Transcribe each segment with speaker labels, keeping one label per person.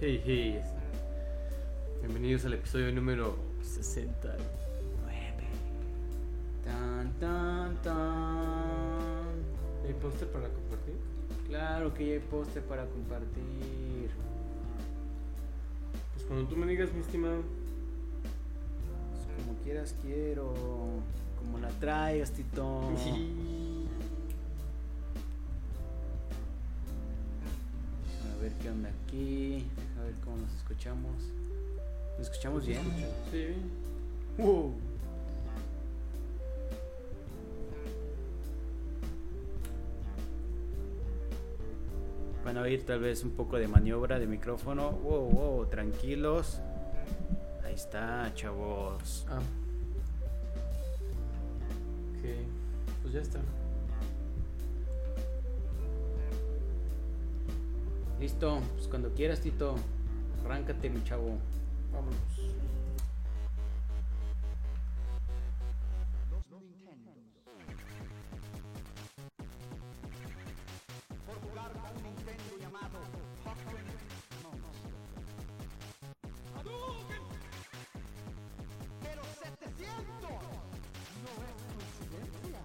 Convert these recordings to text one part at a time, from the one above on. Speaker 1: Hey, hey, este. bienvenidos al episodio número 69.
Speaker 2: Tan, tan, tan.
Speaker 1: ¿Hay póster para compartir?
Speaker 2: Claro que ya hay póster para compartir.
Speaker 1: Pues cuando tú me digas, mi estimado,
Speaker 2: Pues como quieras quiero. Como la traigas, Tito.
Speaker 1: Oh.
Speaker 2: A ver qué onda aquí. A ver cómo nos escuchamos. ¿Nos escuchamos bien?
Speaker 1: Sí,
Speaker 2: Wow. Van a oír tal vez un poco de maniobra de micrófono. Wow, wow, tranquilos. Ahí está, chavos.
Speaker 1: ah, ok, pues ya está.
Speaker 2: Listo, pues cuando quieras, Tito. Arráncate, mi chavo.
Speaker 1: Vámonos.
Speaker 3: Pero 700 no es coincidencia.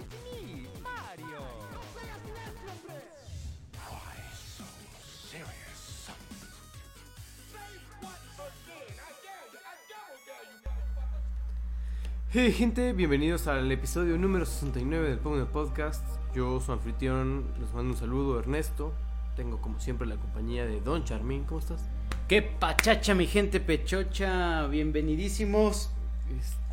Speaker 3: It's me, Mario. No seas necio, hombre. Why so serious? Say once again. I dare you. I double dare you, motherfucker.
Speaker 1: Hey gente, bienvenidos al episodio número 69 del Pugna Podcast. Yo, su anfitrión, les mando un saludo, Ernesto. Tengo como siempre la compañía de Don Charmín, ¿cómo estás?
Speaker 2: ¡Qué pachacha, mi gente pechocha! Bienvenididísimos.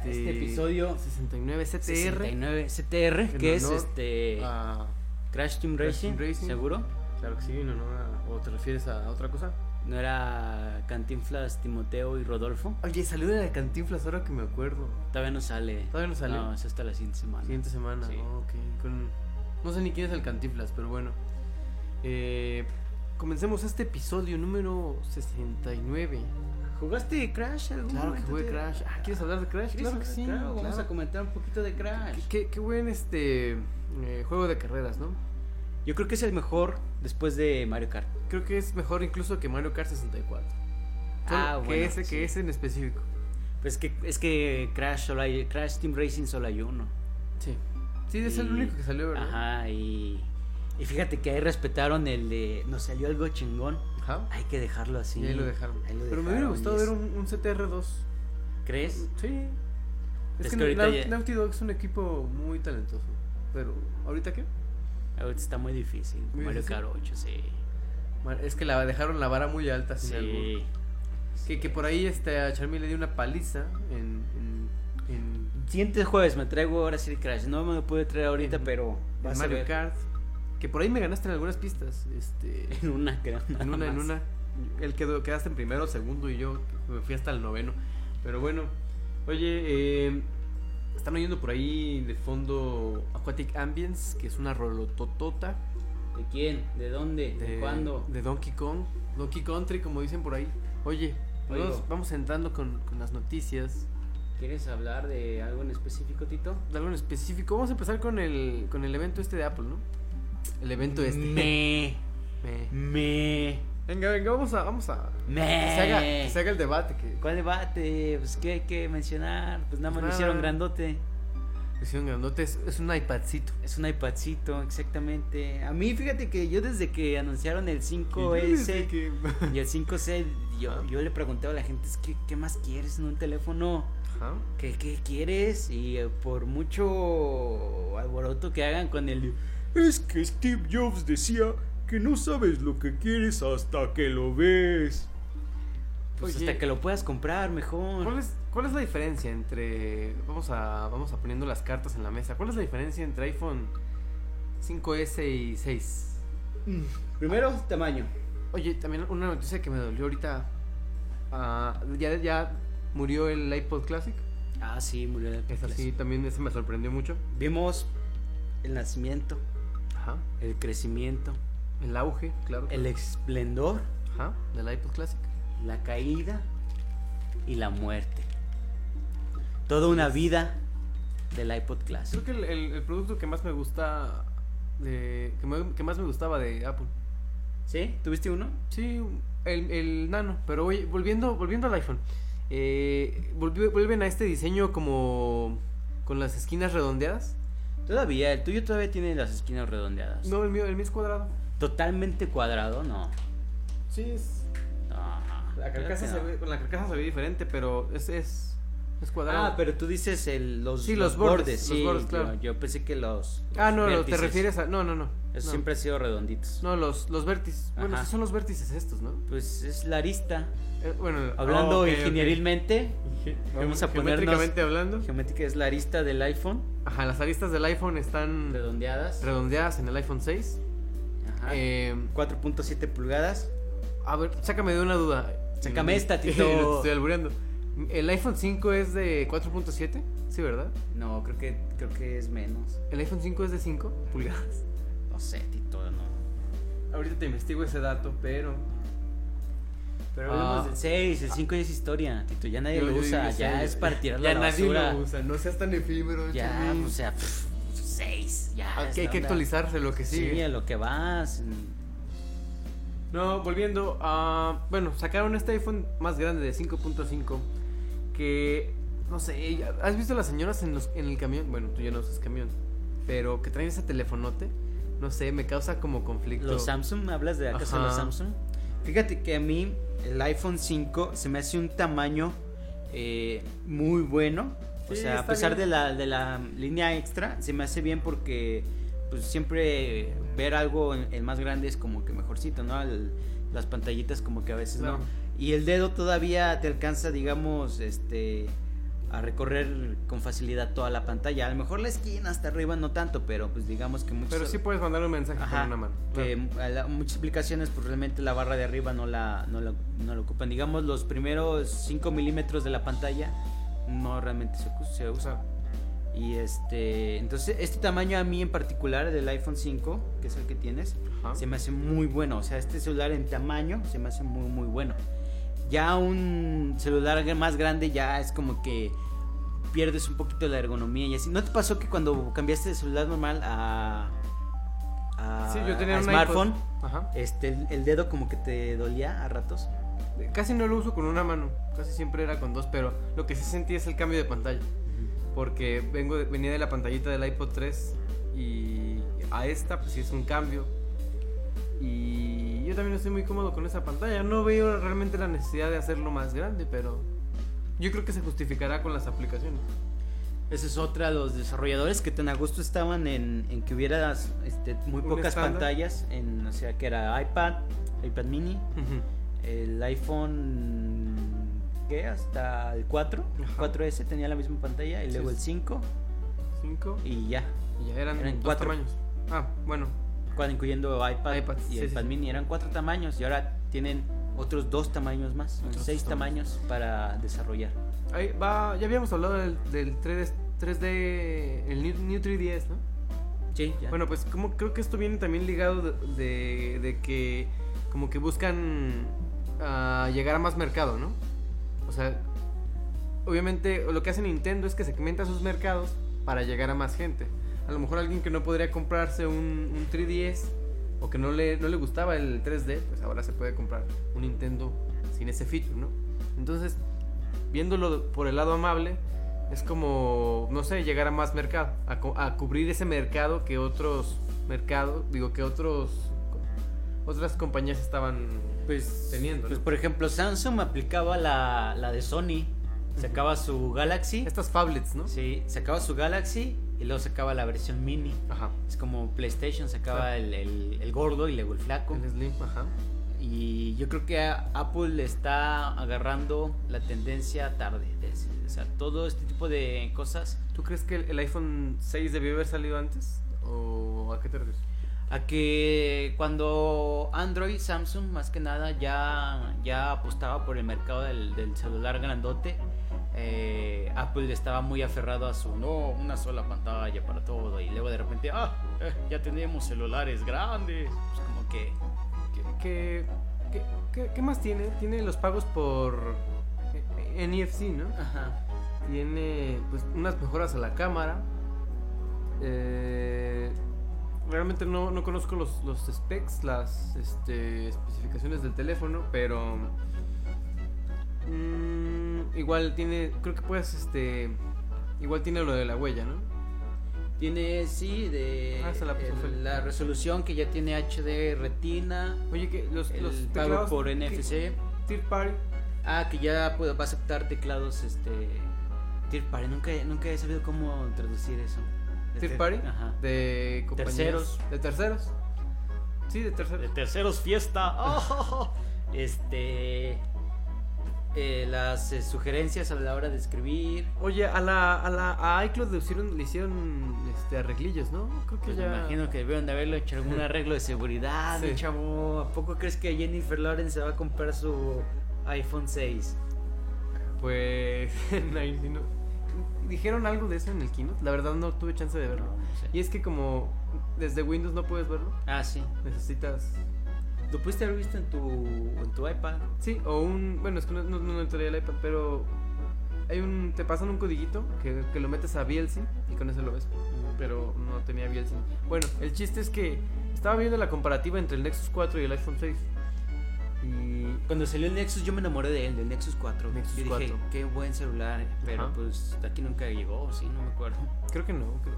Speaker 1: Este,
Speaker 2: este episodio
Speaker 1: 69 CTR.
Speaker 2: Este 69 CTR,
Speaker 1: En
Speaker 2: que es
Speaker 1: honor
Speaker 2: este.
Speaker 1: Ah,
Speaker 2: Crash Team
Speaker 1: Crash
Speaker 2: Racing,
Speaker 1: Team Racing.
Speaker 2: seguro.
Speaker 1: claro que sí, no, no, ah, ¿O te refieres a otra cosa?
Speaker 2: No era Cantinflas, Timoteo y Rodolfo.
Speaker 1: Oye, saluda de Cantinflas ahora que me acuerdo.
Speaker 2: Todavía no sale.
Speaker 1: Todavía no sale.
Speaker 2: No, es hasta la siguiente semana.
Speaker 1: Siguiente semana,
Speaker 2: Sí.
Speaker 1: oh, ok, con- No sé ni quién es el Cantinflas, pero bueno. Eh, comencemos este episodio número 69.
Speaker 2: ¿Jugaste Crash algún
Speaker 1: Claro que
Speaker 2: momento,
Speaker 1: jugué
Speaker 2: tío?
Speaker 1: Crash. Ah, ¿Quieres hablar de Crash?
Speaker 2: Claro que sí. Vamos
Speaker 1: claro.
Speaker 2: a comentar un poquito de Crash.
Speaker 1: Qué, qué- qué buen este eh, juego de carreras, ¿no?
Speaker 2: Yo creo que es el mejor después de Mario Kart.
Speaker 1: Creo que es mejor incluso que Mario Kart 64.
Speaker 2: Ah,
Speaker 1: Solo Que
Speaker 2: bueno,
Speaker 1: ese,
Speaker 2: sí.
Speaker 1: que ese en específico.
Speaker 2: Pues que, es que Crash, solo hay, Crash Team Racing solo hay uno.
Speaker 1: Sí. Sí, es el
Speaker 2: Y-
Speaker 1: único que salió, ¿verdad?
Speaker 2: Ajá, y, y fíjate que ahí respetaron el de. Nos salió algo chingón.
Speaker 1: Ajá.
Speaker 2: Hay que dejarlo así.
Speaker 1: Y ahí lo dejaron.
Speaker 2: Ahí lo
Speaker 1: Pero me hubiera
Speaker 2: dejaron,
Speaker 1: gustado
Speaker 2: y
Speaker 1: ver
Speaker 2: es-
Speaker 1: un, un CTR2.
Speaker 2: ¿Crees?
Speaker 1: Sí. Es,
Speaker 2: Es
Speaker 1: que,
Speaker 2: que ahorita
Speaker 1: Nau-
Speaker 2: ya-
Speaker 1: Naughty Dog es un equipo muy talentoso. Pero, ¿ahorita qué?
Speaker 2: Ahorita está muy difícil.
Speaker 1: Muy
Speaker 2: Mario
Speaker 1: difícil.
Speaker 2: Kart 8, sí.
Speaker 1: Bueno, Es que la dejaron la vara muy alta. sin albur.
Speaker 2: Sí.
Speaker 1: Que, que por ahí este, a Charmy le dio una paliza en. en, en-
Speaker 2: Siguiente jueves me traigo ahora sí el Crash. No me lo pude traer ahorita,
Speaker 1: En-
Speaker 2: pero
Speaker 1: en
Speaker 2: vas a
Speaker 1: Mario
Speaker 2: ver.
Speaker 1: Kart. Que por ahí me ganaste en algunas pistas. Este.
Speaker 2: En una, creo.
Speaker 1: En
Speaker 2: nada
Speaker 1: una, en
Speaker 2: más.
Speaker 1: una. Él quedó, quedaste en primero, segundo y yo me fui hasta el noveno. Pero bueno, oye, eh, están oyendo por ahí de fondo Aquatic Ambience, que es una rolototota
Speaker 2: ¿De quién? ¿De dónde? ¿De,
Speaker 1: de,
Speaker 2: cuándo?
Speaker 1: de Donkey Kong, Donkey Country, como dicen por ahí. Oye,
Speaker 2: Oigo.
Speaker 1: vamos, vamos entrando con, con las noticias.
Speaker 2: ¿Quieres hablar de algo en específico, Tito?
Speaker 1: De algo en específico, vamos a empezar con el, con el evento este de Apple, ¿no? El evento este.
Speaker 2: Me.
Speaker 1: Me.
Speaker 2: Me.
Speaker 1: Venga, venga, vamos a. Vamos a
Speaker 2: Me.
Speaker 1: que, se haga, que se haga el debate. Que,
Speaker 2: ¿Cuál debate? Pues que hay que mencionar. Pues nada más lo
Speaker 1: Nada.
Speaker 2: hicieron grandote.
Speaker 1: que hicieron grandote, es, es un iPadcito.
Speaker 2: Es un iPadcito, exactamente. A mí, fíjate que yo desde que anunciaron el
Speaker 1: Y yo desde
Speaker 2: 5S
Speaker 1: que-
Speaker 2: y el 5C, yo, yo le preguntaba a la gente, es que, ¿qué más quieres en un teléfono?
Speaker 1: Ajá.
Speaker 2: ¿Qué, qué quieres? Y eh, por mucho alboroto que hagan con el...
Speaker 4: Es que Steve Jobs decía que no sabes lo que quieres hasta que lo ves.
Speaker 2: Pues
Speaker 1: Oye.
Speaker 2: hasta que lo puedas comprar mejor.
Speaker 1: ¿Cuál es, ¿Cuál es la diferencia entre... Vamos a, vamos a poniendo las cartas en la mesa. ¿Cuál es la diferencia entre iPhone 5S y 6?
Speaker 2: Primero, tamaño.
Speaker 1: Oye, también una noticia que me dolió ahorita. Ah, ya, ya murió el iPod Classic.
Speaker 2: Ah, sí, murió de
Speaker 1: Es así, también ese me sorprendió mucho.
Speaker 2: Vimos el nacimiento,
Speaker 1: Ajá.
Speaker 2: el crecimiento,
Speaker 1: El auge, claro.
Speaker 2: el esplendor
Speaker 1: Ajá, de la iPod Classic.
Speaker 2: la caída y la muerte. Toda una vida del iPod Classic.
Speaker 1: Creo que el, el- el producto que más me gusta. De, que, me- que más me gustaba de Apple.
Speaker 2: ¿Sí? ¿Tuviste uno?
Speaker 1: Sí, el, el nano. Pero oye, volviendo, volviendo al iPhone. eh, volvi- vuelven a este diseño como. con las esquinas redondeadas.
Speaker 2: Todavía, el tuyo todavía tiene las esquinas redondeadas.
Speaker 1: No, el mío, el mío es cuadrado.
Speaker 2: Totalmente cuadrado, no.
Speaker 1: Sí,
Speaker 2: No,
Speaker 1: La
Speaker 2: creo
Speaker 1: carcasa,
Speaker 2: que
Speaker 1: se
Speaker 2: no.
Speaker 1: ve, con la carcasa se ve diferente, pero es, es, es cuadrado.
Speaker 2: Ah, pero tú dices el- los,
Speaker 1: Sí, los bordes, los
Speaker 2: sí,
Speaker 1: bordes,
Speaker 2: yo-
Speaker 1: claro.
Speaker 2: Yo, pensé que los.
Speaker 1: Ah,
Speaker 2: los
Speaker 1: no, no, te
Speaker 2: vértices.
Speaker 1: refieres a. No, no, no.
Speaker 2: Eso
Speaker 1: no.
Speaker 2: siempre ha sido redonditos.
Speaker 1: No, los, los vértices. Bueno,
Speaker 2: Ajá.
Speaker 1: sí son los vértices estos, ¿no?
Speaker 2: Pues es la arista.
Speaker 1: Eh, bueno,
Speaker 2: Hablando
Speaker 1: oh, ok, ok.
Speaker 2: ingenierilmente, vamos a ponernos.
Speaker 1: Geométricamente hablando.
Speaker 2: Geométrica es la arista del iPhone,
Speaker 1: Ajá, las aristas del iPhone están
Speaker 2: redondeadas. Ah.
Speaker 1: redondeadas en el iPhone 6.
Speaker 2: Ajá.
Speaker 1: Eh,
Speaker 2: 4.7 pulgadas.
Speaker 1: a ver, sácame de una duda.
Speaker 2: Sácame esta, Tito.
Speaker 1: Te estoy albureando. ¿El iPhone 5 es de 4.7? Sí, ¿verdad?
Speaker 2: No, creo que creo que es menos.
Speaker 1: ¿El iPhone 5 es de 5 pulgadas?
Speaker 2: No sé, Tito, no.
Speaker 1: Ahorita te investigo ese dato, pero...
Speaker 2: Pero
Speaker 1: Ah.
Speaker 2: hablemos del 6, el 5 ya es historia, Tito. Ya nadie
Speaker 1: Yo-
Speaker 2: lo
Speaker 1: yo
Speaker 2: usa,
Speaker 1: digo,
Speaker 2: ya
Speaker 1: sí,
Speaker 2: es para tirar la
Speaker 1: Ya nadie
Speaker 2: basura.
Speaker 1: lo usa, no seas tan efímero.
Speaker 2: Ya,
Speaker 1: Charly.
Speaker 2: o sea, 6, ya.
Speaker 1: Ah, que hay
Speaker 2: esta
Speaker 1: que
Speaker 2: onda.
Speaker 1: actualizarse lo que sigue.
Speaker 2: Sí, a lo que vas.
Speaker 1: No, volviendo a... Bueno, sacaron este iPhone más grande de 5.5 que... No sé, ¿has visto las señoras en, los, en el camión? Bueno, tú ya no usas camión, pero que traen ese telefonote, no sé, me causa como conflicto.
Speaker 2: Los Samsung, ¿hablas de acaso de los
Speaker 1: Ajá.
Speaker 2: Samsung? Fíjate que a mí el iPhone 5 se me hace un tamaño eh, muy bueno. O
Speaker 1: Sí,
Speaker 2: sea, a
Speaker 1: está
Speaker 2: pesar
Speaker 1: bien.
Speaker 2: de la, de la línea extra, se me hace bien porque pues, siempre ver algo en, en más grande es como que mejorcito, ¿no? Al- las pantallitas como que a veces
Speaker 1: Claro.
Speaker 2: no. Y el dedo todavía te alcanza, digamos, este a recorrer con facilidad toda la pantalla. A lo mejor la esquina hasta arriba no tanto, pero pues digamos que muchos
Speaker 1: Pero sí puedes mandar un mensaje
Speaker 2: Ajá,
Speaker 1: con una mano.
Speaker 2: que
Speaker 1: claro.
Speaker 2: a la- muchas aplicaciones pues realmente la barra de arriba no la, no la, no la ocupan. Digamos los primeros 5 milímetros de la pantalla no realmente se, ocu- se
Speaker 1: O sea,
Speaker 2: usa. Y este, entonces este tamaño a mí en particular del iPhone 5, que es el que tienes,
Speaker 1: ajá.
Speaker 2: se me hace muy bueno. O sea, este celular en tamaño se me hace muy, muy bueno. Ya un celular más grande ya es como que pierdes un poquito la ergonomía y así. ¿No te pasó que cuando cambiaste de celular normal a, a-
Speaker 1: sí, yo tenía
Speaker 2: a
Speaker 1: un
Speaker 2: smartphone,
Speaker 1: iPod. Ajá.
Speaker 2: este, el, el dedo como que te dolía a ratos?
Speaker 1: Casi no lo uso con una mano, casi siempre era con dos, pero lo que sí sentí es el cambio de pantalla. Porque vengo de- venía de la pantallita del iPod 3 y a esta, pues sí es un cambio. Y yo también estoy muy cómodo con esa pantalla. No veo realmente la necesidad de hacerlo más grande, pero yo creo que se justificará con las aplicaciones.
Speaker 2: Esa es otra, los desarrolladores que tan a gusto estaban en, en que hubiera este, muy
Speaker 1: Un
Speaker 2: pocas
Speaker 1: estándar.
Speaker 2: pantallas, en, o sea, que era iPad, iPad mini, el iPhone ¿qué? hasta el 4,
Speaker 1: Ajá.
Speaker 2: 4S tenía la misma pantalla y
Speaker 1: Sí,
Speaker 2: luego
Speaker 1: sí.
Speaker 2: el 5
Speaker 1: Cinco y
Speaker 2: y ya,
Speaker 1: ya eran,
Speaker 2: eran
Speaker 1: dos
Speaker 2: cuatro.
Speaker 1: tamaños. Ah, bueno,
Speaker 2: cuando incluyendo iPad
Speaker 1: iPad,
Speaker 2: y
Speaker 1: sí,
Speaker 2: iPad
Speaker 1: sí, sí.
Speaker 2: mini eran cuatro tamaños y ahora tienen otros dos tamaños más,
Speaker 1: Otros
Speaker 2: seis
Speaker 1: dos tamaños.
Speaker 2: tamaños para desarrollar.
Speaker 1: ahí va, ya habíamos hablado del, del 3D, 3D, el New, New 3DS, ¿no?
Speaker 2: Sí, ya.
Speaker 1: Bueno, pues como creo que esto viene también ligado de, de- de que como que buscan ah, llegar a más mercado, ¿no? O sea, obviamente lo que hace Nintendo es que segmenta sus mercados para llegar a más gente. A lo mejor alguien que no podría comprarse un, un 3DS o que no le, no le gustaba el 3D, pues ahora se puede comprar un Nintendo sin ese feature, ¿no? Entonces, viéndolo por el lado amable, es como, no sé, llegar a más mercado, a, co- a cubrir ese mercado que otros mercados, digo, que otros otras compañías estaban
Speaker 2: pues
Speaker 1: teniendo,
Speaker 2: Pues
Speaker 1: ¿no?
Speaker 2: por ejemplo, Samsung aplicaba la, la de Sony, sacaba su Galaxy,
Speaker 1: Estas phablets, ¿no?
Speaker 2: sí, sacaba su Galaxy y luego sacaba la versión mini.
Speaker 1: Ajá.
Speaker 2: Es como PlayStation sacaba el, el- el gordo y luego el flaco.
Speaker 1: Con Slim, ajá.
Speaker 2: Y yo creo que a- Apple está agarrando la tendencia tarde. Es- O sea, todo este tipo de cosas.
Speaker 1: ¿Tú crees que el, el iPhone 6 debió haber salido antes? ¿O a qué te refieres?
Speaker 2: A que cuando Android, Samsung más que nada ya, ya apostaba por el mercado del, del celular grandote, eh, Apple estaba muy aferrado a su no, una sola pantalla para todo. Y luego de repente, ah, eh, ya tenemos celulares grandes. Pues como que
Speaker 1: Que, que ¿Qué, qué, qué más tiene? Tiene los pagos por eh, NEFC, ¿no?
Speaker 2: Ajá.
Speaker 1: Tiene pues unas mejoras a la cámara. Eh, realmente no, no conozco los, los specs, las este, especificaciones del teléfono, pero mm, igual tiene, creo que puedes, este, igual tiene lo de la huella, ¿no?
Speaker 2: Tiene, sí, de
Speaker 1: Ah, se la puso
Speaker 2: el-
Speaker 1: Felipe.
Speaker 2: la resolución que ya tiene HD retina,
Speaker 1: Oye, que los,
Speaker 2: el
Speaker 1: los
Speaker 2: pago
Speaker 1: teclados
Speaker 2: por
Speaker 1: que-
Speaker 2: NFC.
Speaker 1: Third party.
Speaker 2: Ah, que ya puede- va a aceptar teclados, este... Third party, nunca, nunca he sabido cómo traducir eso.
Speaker 1: Third
Speaker 2: Este,
Speaker 1: party.
Speaker 2: Ajá.
Speaker 1: De compañías-
Speaker 2: Terceros.
Speaker 1: De terceros. Sí, de terceros.
Speaker 2: De terceros fiesta. ¡Oh! Este. eh, las eh, sugerencias a la hora de escribir.
Speaker 1: Oye, a la, a la a iCloud le hicieron, le hicieron este, arreglillos, ¿no? Creo que
Speaker 2: Pues
Speaker 1: ya.
Speaker 2: me imagino que debieron de haberlo hecho algún arreglo de seguridad,
Speaker 1: Sí.
Speaker 2: mi chavo. ¿A poco crees que Jennifer Lawrence se va a comprar su iPhone 6?
Speaker 1: Pues. ahí sí no. Dijeron algo de eso en el keynote. La verdad no tuve chance de verlo. Y es que como desde Windows no puedes verlo,
Speaker 2: Ah, sí.
Speaker 1: necesitas.
Speaker 2: Lo pudiste haber visto en tu, en tu iPad.
Speaker 1: Sí, o un. Bueno, es que no, no, no entraría el iPad, pero. Hay un. Te pasan un codiguito que, que lo metes a VLC y con eso lo ves. pero no tenía Bielsen. Bueno, el chiste es que estaba viendo la comparativa entre el Nexus 4 y el iPhone 6. Y
Speaker 2: Cuando salió el Nexus, yo me enamoré de él, del Nexus 4.
Speaker 1: Nexus
Speaker 2: Yo dije,
Speaker 1: 4.
Speaker 2: qué buen celular. Pero
Speaker 1: Ajá.
Speaker 2: pues hasta aquí nunca llegó, sí, no me acuerdo.
Speaker 1: creo que no. creo-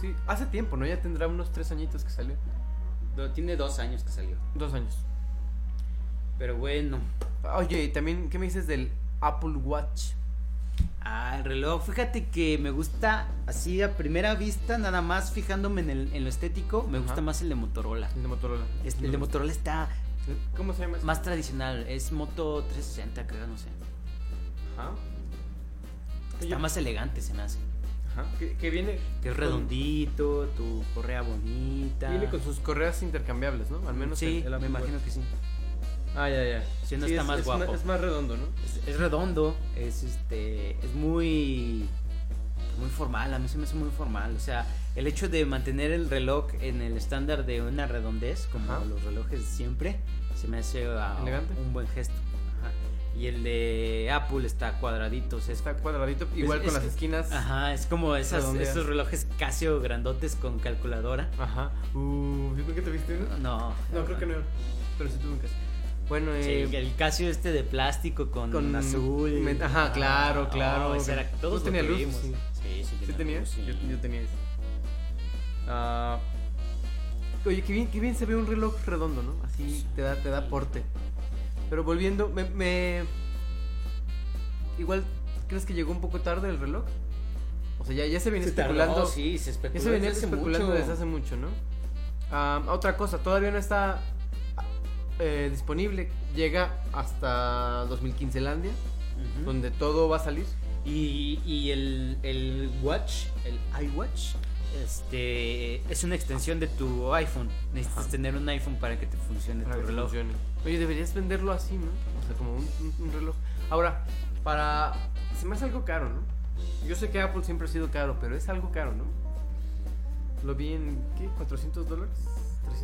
Speaker 1: Sí, hace tiempo, ¿no? Ya tendrá unos tres añitos que salió.
Speaker 2: No, Tiene dos años que salió.
Speaker 1: Dos años.
Speaker 2: Pero bueno,
Speaker 1: Oye, y también, ¿qué me dices del Apple Watch?
Speaker 2: Ah, el reloj. Fíjate que me gusta así a primera vista, nada más fijándome en, el- en lo estético,
Speaker 1: Ajá.
Speaker 2: me
Speaker 1: Mm.
Speaker 2: gusta más el de Motorola.
Speaker 1: El de Motorola.
Speaker 2: Este, el de Motorola está
Speaker 1: ¿Cómo se llama ese?
Speaker 2: más tradicional, es Moto 360, creo, no sé.
Speaker 1: Ajá. Oye,
Speaker 2: Está más elegante, se me hace.
Speaker 1: Ajá. Que, que viene.
Speaker 2: Es
Speaker 1: con-
Speaker 2: redondito, tu correa bonita.
Speaker 1: Viene con sus correas intercambiables, ¿no? Al menos
Speaker 2: sí,
Speaker 1: el- el
Speaker 2: me
Speaker 1: Apple
Speaker 2: imagino
Speaker 1: Watch.
Speaker 2: que sí.
Speaker 1: Ah, ya, ya.
Speaker 2: Sí, no está
Speaker 1: es-
Speaker 2: más
Speaker 1: es
Speaker 2: guapo.
Speaker 1: es más redondo, ¿no?
Speaker 2: Es, es redondo, es este, es muy muy formal, a mí se me hace muy formal, o sea, el hecho de mantener el reloj en el estándar de una redondez como
Speaker 1: Ajá.
Speaker 2: los relojes de siempre, se me hace ah,
Speaker 1: Elegante.
Speaker 2: un buen gesto. Ajá. Y el de Apple está cuadradito, o sea, es-
Speaker 1: Está cuadradito, igual
Speaker 2: es
Speaker 1: con las
Speaker 2: que-
Speaker 1: esquinas.
Speaker 2: Ajá, es como esas-
Speaker 1: Redondeas.
Speaker 2: esos relojes Casio grandotes con calculadora.
Speaker 1: Ajá. Uh, ¿sí por qué te viste uno?
Speaker 2: No,
Speaker 1: No, creo que no. Pero sí tuve un caso. Bueno,
Speaker 2: Sí,
Speaker 1: eh,
Speaker 2: el Casio este de plástico con,
Speaker 1: con
Speaker 2: azul. Ah,
Speaker 1: men- ajá, claro, claro.
Speaker 2: ese era-
Speaker 1: ¿Tú
Speaker 2: todos lo
Speaker 1: tenías luz?
Speaker 2: tuvimos.
Speaker 1: Sí.
Speaker 2: Sí, sí,
Speaker 1: ¿sí
Speaker 2: tenía
Speaker 1: tenías?
Speaker 2: luz, sí.
Speaker 1: Yo, yo tenía ese. Ah, oye, qué bien, qué bien se ve un reloj redondo, ¿no? Así te da, te da porte. Pero volviendo, me, me- Igual, ¿crees que llegó un poco tarde el reloj? O sea, ya, ya se viene
Speaker 2: Se tardó,
Speaker 1: especulando.
Speaker 2: sí, se especuló
Speaker 1: Eso venía
Speaker 2: desde hace
Speaker 1: especulando
Speaker 2: mucho.
Speaker 1: desde hace mucho, ¿no? Ah, otra cosa, todavía no está eh, disponible. Llega hasta 2015 Landia,
Speaker 2: Ujú.
Speaker 1: donde todo va a salir.
Speaker 2: Y, y el, el watch, el iWatch, este, es una extensión de tu iPhone. Necesitas
Speaker 1: Ajá.
Speaker 2: tener un iPhone para que te funcione
Speaker 1: para
Speaker 2: tu
Speaker 1: que
Speaker 2: reloj.
Speaker 1: funcione. Oye, deberías venderlo así, ¿no? O sea, como un, un- un reloj. Ahora, para. Se me hace algo caro, ¿no? Yo sé que Apple siempre ha sido caro, pero es algo caro, ¿no? Lo vi en. ¿Qué? ¿400 dólares?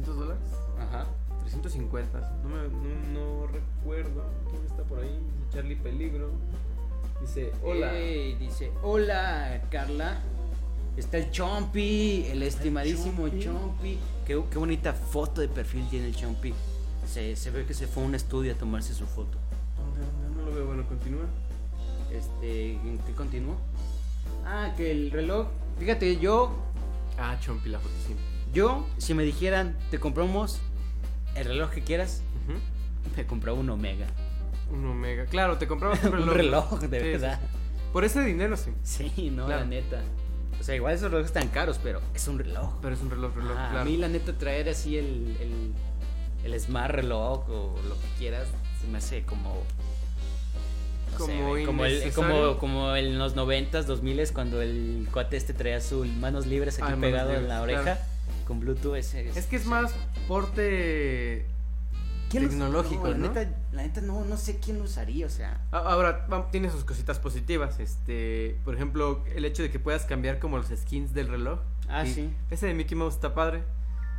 Speaker 1: ¿300 dólares?
Speaker 2: Ajá.
Speaker 1: 350. No, me- no- no recuerdo quién está por ahí. Charlie Peligro. Dice, hola.
Speaker 2: Ey, dice, hola Carla. Está el Chompi, el estimadísimo
Speaker 1: Chompi.
Speaker 2: Chompi. Qué, qué bonita foto de perfil tiene el Chompi. Se, se ve que se fue a un estudio a tomarse su foto.
Speaker 1: ¿Dónde, dónde? No lo veo, bueno, continúa.
Speaker 2: Este, ¿en qué continuó? Ah, que el reloj. Fíjate, yo
Speaker 1: Ah, Chompi, la foto sí.
Speaker 2: Yo, si me dijeran, te compramos el reloj que quieras, me compró un Omega.
Speaker 1: Un Omega. Claro, te comprabas un reloj.
Speaker 2: Un reloj, de
Speaker 1: Sí, sí,
Speaker 2: verdad.
Speaker 1: sí. Por ese dinero sí.
Speaker 2: Sí, no,
Speaker 1: Claro.
Speaker 2: la neta. O sea, igual esos relojes están caros, pero es un reloj.
Speaker 1: Pero es un reloj, reloj,
Speaker 2: Ajá, Ah, A
Speaker 1: claro.
Speaker 2: mí, la neta, traer así el, el, el Smart Reloj o lo que quieras, se me hace como. no sé,
Speaker 1: Como
Speaker 2: güey, como, el,
Speaker 1: innecesario.
Speaker 2: como, como en los 90s, 2000 cuando el cuate este traía sus manos libres aquí
Speaker 1: Ah, manos
Speaker 2: pegado en
Speaker 1: libres,
Speaker 2: la
Speaker 1: claro.
Speaker 2: oreja con Bluetooth. Ese,
Speaker 1: Es que es más porte.
Speaker 2: ¿Quién los-
Speaker 1: tecnológico,
Speaker 2: la
Speaker 1: ¿no?
Speaker 2: Neta, la neta no, no sé quién lo usaría, o sea.
Speaker 1: A- Ahora, va- tiene sus cositas positivas. Este, por ejemplo, el hecho de que puedas cambiar como los skins del reloj.
Speaker 2: Ah,
Speaker 1: Y
Speaker 2: sí.
Speaker 1: Ese de Mickey Mouse está padre.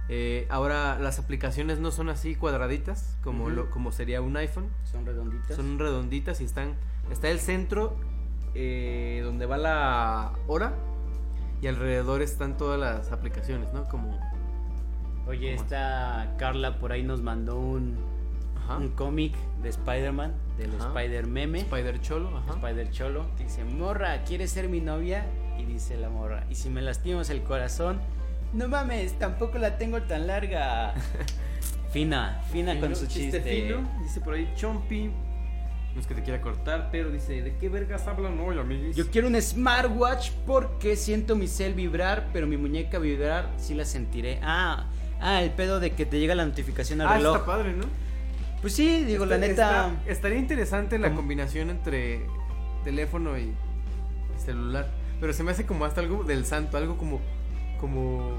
Speaker 1: Eh, ahora las aplicaciones no son así cuadraditas como,
Speaker 2: Ujú.
Speaker 1: lo, como sería un iPhone,
Speaker 2: Son redonditas.
Speaker 1: son redonditas y están está el centro eh, donde va la hora y alrededor están todas las aplicaciones, ¿no? Como
Speaker 2: Oye,
Speaker 1: ¿Cómo?
Speaker 2: esta Carla por ahí nos mandó un,
Speaker 1: ajá,
Speaker 2: un cómic de Spider-Man, del
Speaker 1: Ajá.
Speaker 2: Spider Meme,
Speaker 1: Spider Cholo, ajá.
Speaker 2: Spider Cholo, que dice, morra, ¿quieres ser mi novia? Y dice la morra, y si me lastimas el corazón, no mames, tampoco la tengo tan larga. fina, fina
Speaker 1: Fino,
Speaker 2: con su chiste.
Speaker 1: fino, dice por ahí Chompi. No es que te quiera cortar, pero dice, ¿de qué vergas hablan hoy, amiguis?
Speaker 2: Yo quiero un smartwatch porque siento mi cel vibrar, pero mi muñeca vibrar sí la sentiré. Ah, ah, el pedo de que te llega la notificación al
Speaker 1: Ah,
Speaker 2: reloj.
Speaker 1: está padre, ¿no?
Speaker 2: Pues sí, digo, la
Speaker 1: Está-
Speaker 2: neta.
Speaker 1: está- estaría interesante la
Speaker 2: ¿Cómo?
Speaker 1: combinación entre teléfono y celular. Pero se me hace como hasta algo del santo, algo como. como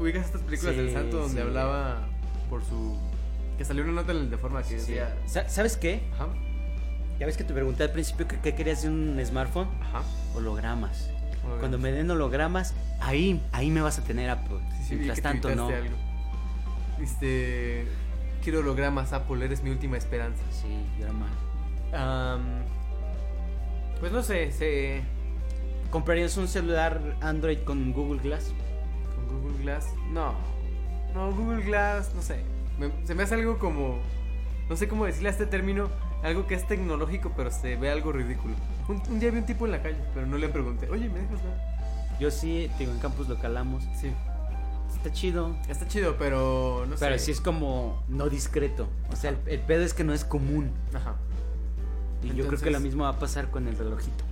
Speaker 1: Ubicas estas películas
Speaker 2: Sí,
Speaker 1: del santo donde
Speaker 2: sí.
Speaker 1: hablaba por su. Que salió una nota en el de forma que
Speaker 2: Sí.
Speaker 1: decía.
Speaker 2: Sa- ¿Sabes qué?
Speaker 1: Ajá,
Speaker 2: Ya ves que te pregunté al principio que qué querías de un smartphone.
Speaker 1: ajá.
Speaker 2: Hologramas.
Speaker 1: Hologramas.
Speaker 2: Cuando me den hologramas, ahí, ahí me vas a tener Apple.
Speaker 1: Sí, sí, vi
Speaker 2: Mientras
Speaker 1: que
Speaker 2: tanto, no.
Speaker 1: tuiteaste algo. Este. Quiero hologramas, Apple, eres mi última esperanza.
Speaker 2: Sí, drama.
Speaker 1: Am, pues no sé, se.
Speaker 2: ¿Comprarías un celular Android con Google Glass?
Speaker 1: ¿Con Google Glass? No. No, Google Glass, no sé. Me- se me hace algo como. No sé cómo decirle a este término. Algo que es tecnológico, pero se ve algo ridículo. Un, un día vi un tipo en la calle, pero no le pregunté. Oye, ¿me dejas ver?
Speaker 2: Yo sí, te digo, en campus lo calamos.
Speaker 1: Sí.
Speaker 2: Está chido.
Speaker 1: Está chido, pero no
Speaker 2: Pero
Speaker 1: sé.
Speaker 2: sí es como no discreto. O sea, el, el pedo es que no es común.
Speaker 1: Ajá.
Speaker 2: Y yo creo que lo
Speaker 1: Entonces-
Speaker 2: mismo va a pasar con el relojito.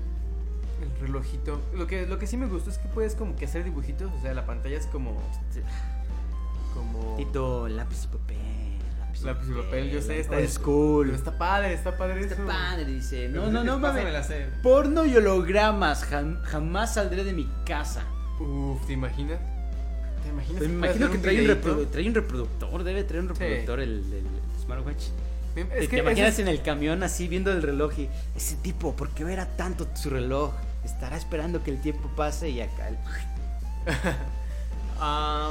Speaker 1: El relojito. Lo que, lo que sí me gustó es que puedes como que hacer dibujitos. O sea, la pantalla es como. este, Como.
Speaker 2: Tito, lápiz y papel.
Speaker 1: Lápiz y papel, yo sé, está-
Speaker 2: Old school.
Speaker 1: Pero está padre, está padre
Speaker 2: Está
Speaker 1: eso. Pues
Speaker 2: padre, dice.
Speaker 1: Pero
Speaker 2: No, no, no,
Speaker 1: pásamela,
Speaker 2: mames.
Speaker 1: sé.
Speaker 2: Porno y hologramas. jam- jamás saldré de mi casa.
Speaker 1: Uf, ¿te imaginas? ¿Te imaginas? que
Speaker 2: Pero me
Speaker 1: puedas
Speaker 2: imagino
Speaker 1: ver Pues
Speaker 2: que
Speaker 1: un
Speaker 2: trae un,
Speaker 1: videíto?
Speaker 2: reprodu- trae un reproductor. Debe traer un reproductor el, el smartwatch.
Speaker 1: Es
Speaker 2: ¿Te,
Speaker 1: que
Speaker 2: te
Speaker 1: ese
Speaker 2: imaginas
Speaker 1: es-
Speaker 2: en el camión así viendo el reloj y ese tipo, ¿por qué verá tanto su reloj? Estará esperando que el tiempo pase y acá. el-
Speaker 1: Ah,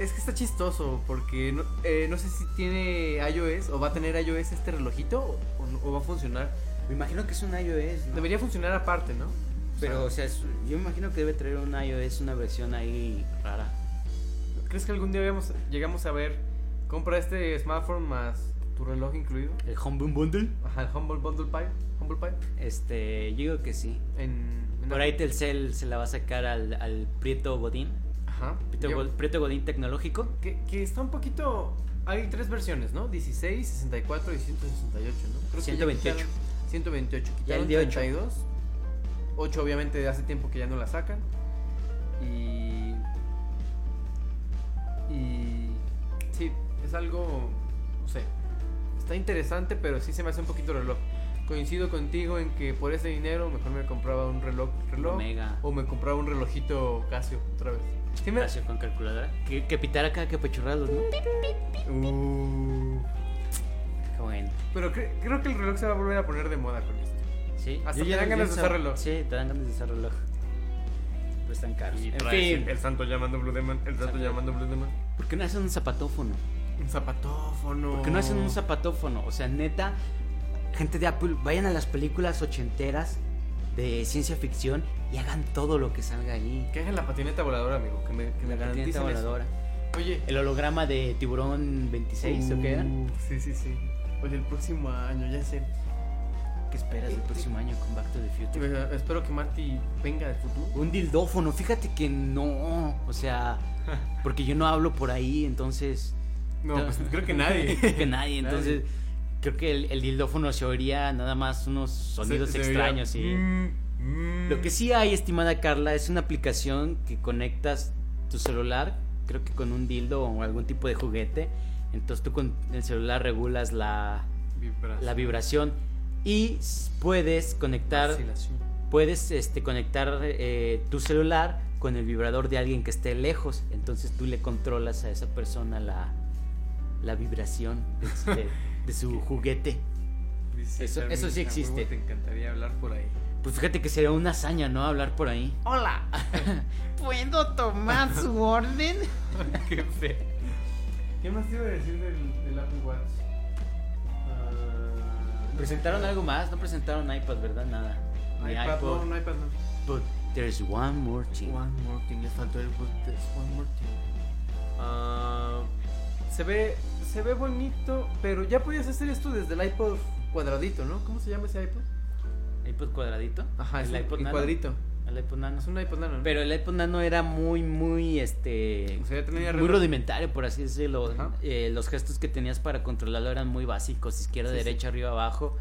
Speaker 1: es que está chistoso porque no, eh, no sé si tiene iOS o va a tener iOS este relojito o, o no- o va a funcionar.
Speaker 2: Me imagino que es un iOS, ¿no?
Speaker 1: Debería funcionar aparte, ¿no?
Speaker 2: Pero, o sea, es- yo me imagino que debe traer un iOS, una versión ahí rara.
Speaker 1: ¿Crees que algún día vemos- llegamos a ver compra este smartphone más tu reloj incluido?
Speaker 2: ¿El Homeboom Bundle?
Speaker 1: Ajá, el Humble Bundle Pie, Humble Pie
Speaker 2: Este, yo digo que sí.
Speaker 1: en, en
Speaker 2: Por ahí Telcel se la va a sacar al, al Prieto Godín.
Speaker 1: Ajá.
Speaker 2: Prieto,
Speaker 1: Yo-
Speaker 2: Go- Prieto Godín tecnológico.
Speaker 1: que, que está un poquito hay tres versiones, ¿no? 16, 64 y 168, ¿no? Creo que ya
Speaker 2: 128.
Speaker 1: quitaron- 128,
Speaker 2: Ya
Speaker 1: quitaron
Speaker 2: el de ocho.
Speaker 1: 32. 8 obviamente de hace tiempo que ya no la sacan. Y y sí, es algo no sé. Está interesante, pero sí se me hace un poquito reloj. Coincido contigo en que por ese dinero mejor me compraba un reloj, reloj
Speaker 2: Omega.
Speaker 1: o me compraba un relojito Casio otra vez. Sí me-
Speaker 2: Gracias con calculadora. Que, que pitara acá, que pechurrados, ¿no?
Speaker 1: Uh.
Speaker 2: Qué bueno.
Speaker 1: Pero cre- creo que el reloj se va a volver a poner de moda con esto.
Speaker 2: Sí.
Speaker 1: Hasta
Speaker 2: Yo
Speaker 1: te
Speaker 2: ya-
Speaker 1: dan
Speaker 2: yo
Speaker 1: ganas de
Speaker 2: estaba-
Speaker 1: usar reloj.
Speaker 2: Sí, te dan ganas de usar reloj. Pues están caros. en fin,
Speaker 1: el santo llamando Blue Demon, el santo llamando Blue Demon.
Speaker 2: ¿por qué no hacen un zapatófono?
Speaker 1: Un zapatófono.
Speaker 2: ¿Por qué no hacen un zapatófono? O sea, neta, gente de Apple, vayan a las películas ochenteras de ciencia ficción y hagan todo lo que salga ahí.
Speaker 1: Que hagan la patineta voladora, amigo. Que me, que me
Speaker 2: La patineta
Speaker 1: garanticen eso.
Speaker 2: voladora.
Speaker 1: Oye.
Speaker 2: El holograma de tiburón 26, ¿o qué era?
Speaker 1: Uh, Sí, sí, sí. Oye, el próximo año, ya sé.
Speaker 2: ¿Qué esperas del próximo año con Back to the Future?
Speaker 1: Eh, Espero que Marty venga del futuro.
Speaker 2: Un dildófono, fíjate que no. O sea, porque yo no hablo por ahí, entonces.
Speaker 1: No, pues creo que nadie.
Speaker 2: creo que nadie, entonces.
Speaker 1: Nadie.
Speaker 2: Creo que el, el dildófono se oiría nada más unos sonidos
Speaker 1: Se- se
Speaker 2: extraños
Speaker 1: vería,
Speaker 2: y.
Speaker 1: "Mm, mm".
Speaker 2: Lo que sí hay, estimada Carla, es una aplicación que conectas tu celular, creo que con un dildo o algún tipo de juguete. Entonces tú con el celular regulas la,
Speaker 1: Vibra-
Speaker 2: la vibración y s- puedes conectar,
Speaker 1: vacilación.
Speaker 2: puedes este, conectar eh, tu celular con el vibrador de alguien que esté lejos. Entonces tú le controlas a esa persona la, la vibración de, su- de- de su juguete.
Speaker 1: Dice
Speaker 2: Eso- eso sí
Speaker 1: "A huevo
Speaker 2: existe".
Speaker 1: Te encantaría hablar por ahí.
Speaker 2: Pues fíjate que sería una hazaña, ¿no? Hablar por ahí.
Speaker 5: Hola, ¿puedo tomar su orden?
Speaker 1: Qué fe. ¿Qué más te iba a decir del, del Apple Watch? Ah,
Speaker 2: Presentaron algo más, no presentaron iPad, ¿verdad? Nada. Ni
Speaker 1: iPad, no, no iPad no.
Speaker 2: But there's one more thing.
Speaker 1: One more thing, les faltó el but there's one more thing. Ah, se ve se ve bonito, pero ya podías hacer esto desde el iPod cuadradito, ¿no? ¿Cómo se llama ese iPod?
Speaker 2: iPod cuadradito.
Speaker 1: Ajá, es
Speaker 2: el
Speaker 1: un-
Speaker 2: iPod
Speaker 1: el
Speaker 2: nano.
Speaker 1: cuadrito.
Speaker 2: El iPod nano.
Speaker 1: Es un iPod nano, ¿no?
Speaker 2: Pero el iPod nano era muy, muy, este...
Speaker 1: O sea, ya tenía
Speaker 2: muy
Speaker 1: reloj.
Speaker 2: rudimentario, por así decirlo.
Speaker 1: Ajá.
Speaker 2: Eh, los gestos que tenías para controlarlo eran muy básicos, izquierda,
Speaker 1: Sí, sí.
Speaker 2: derecha, arriba, abajo.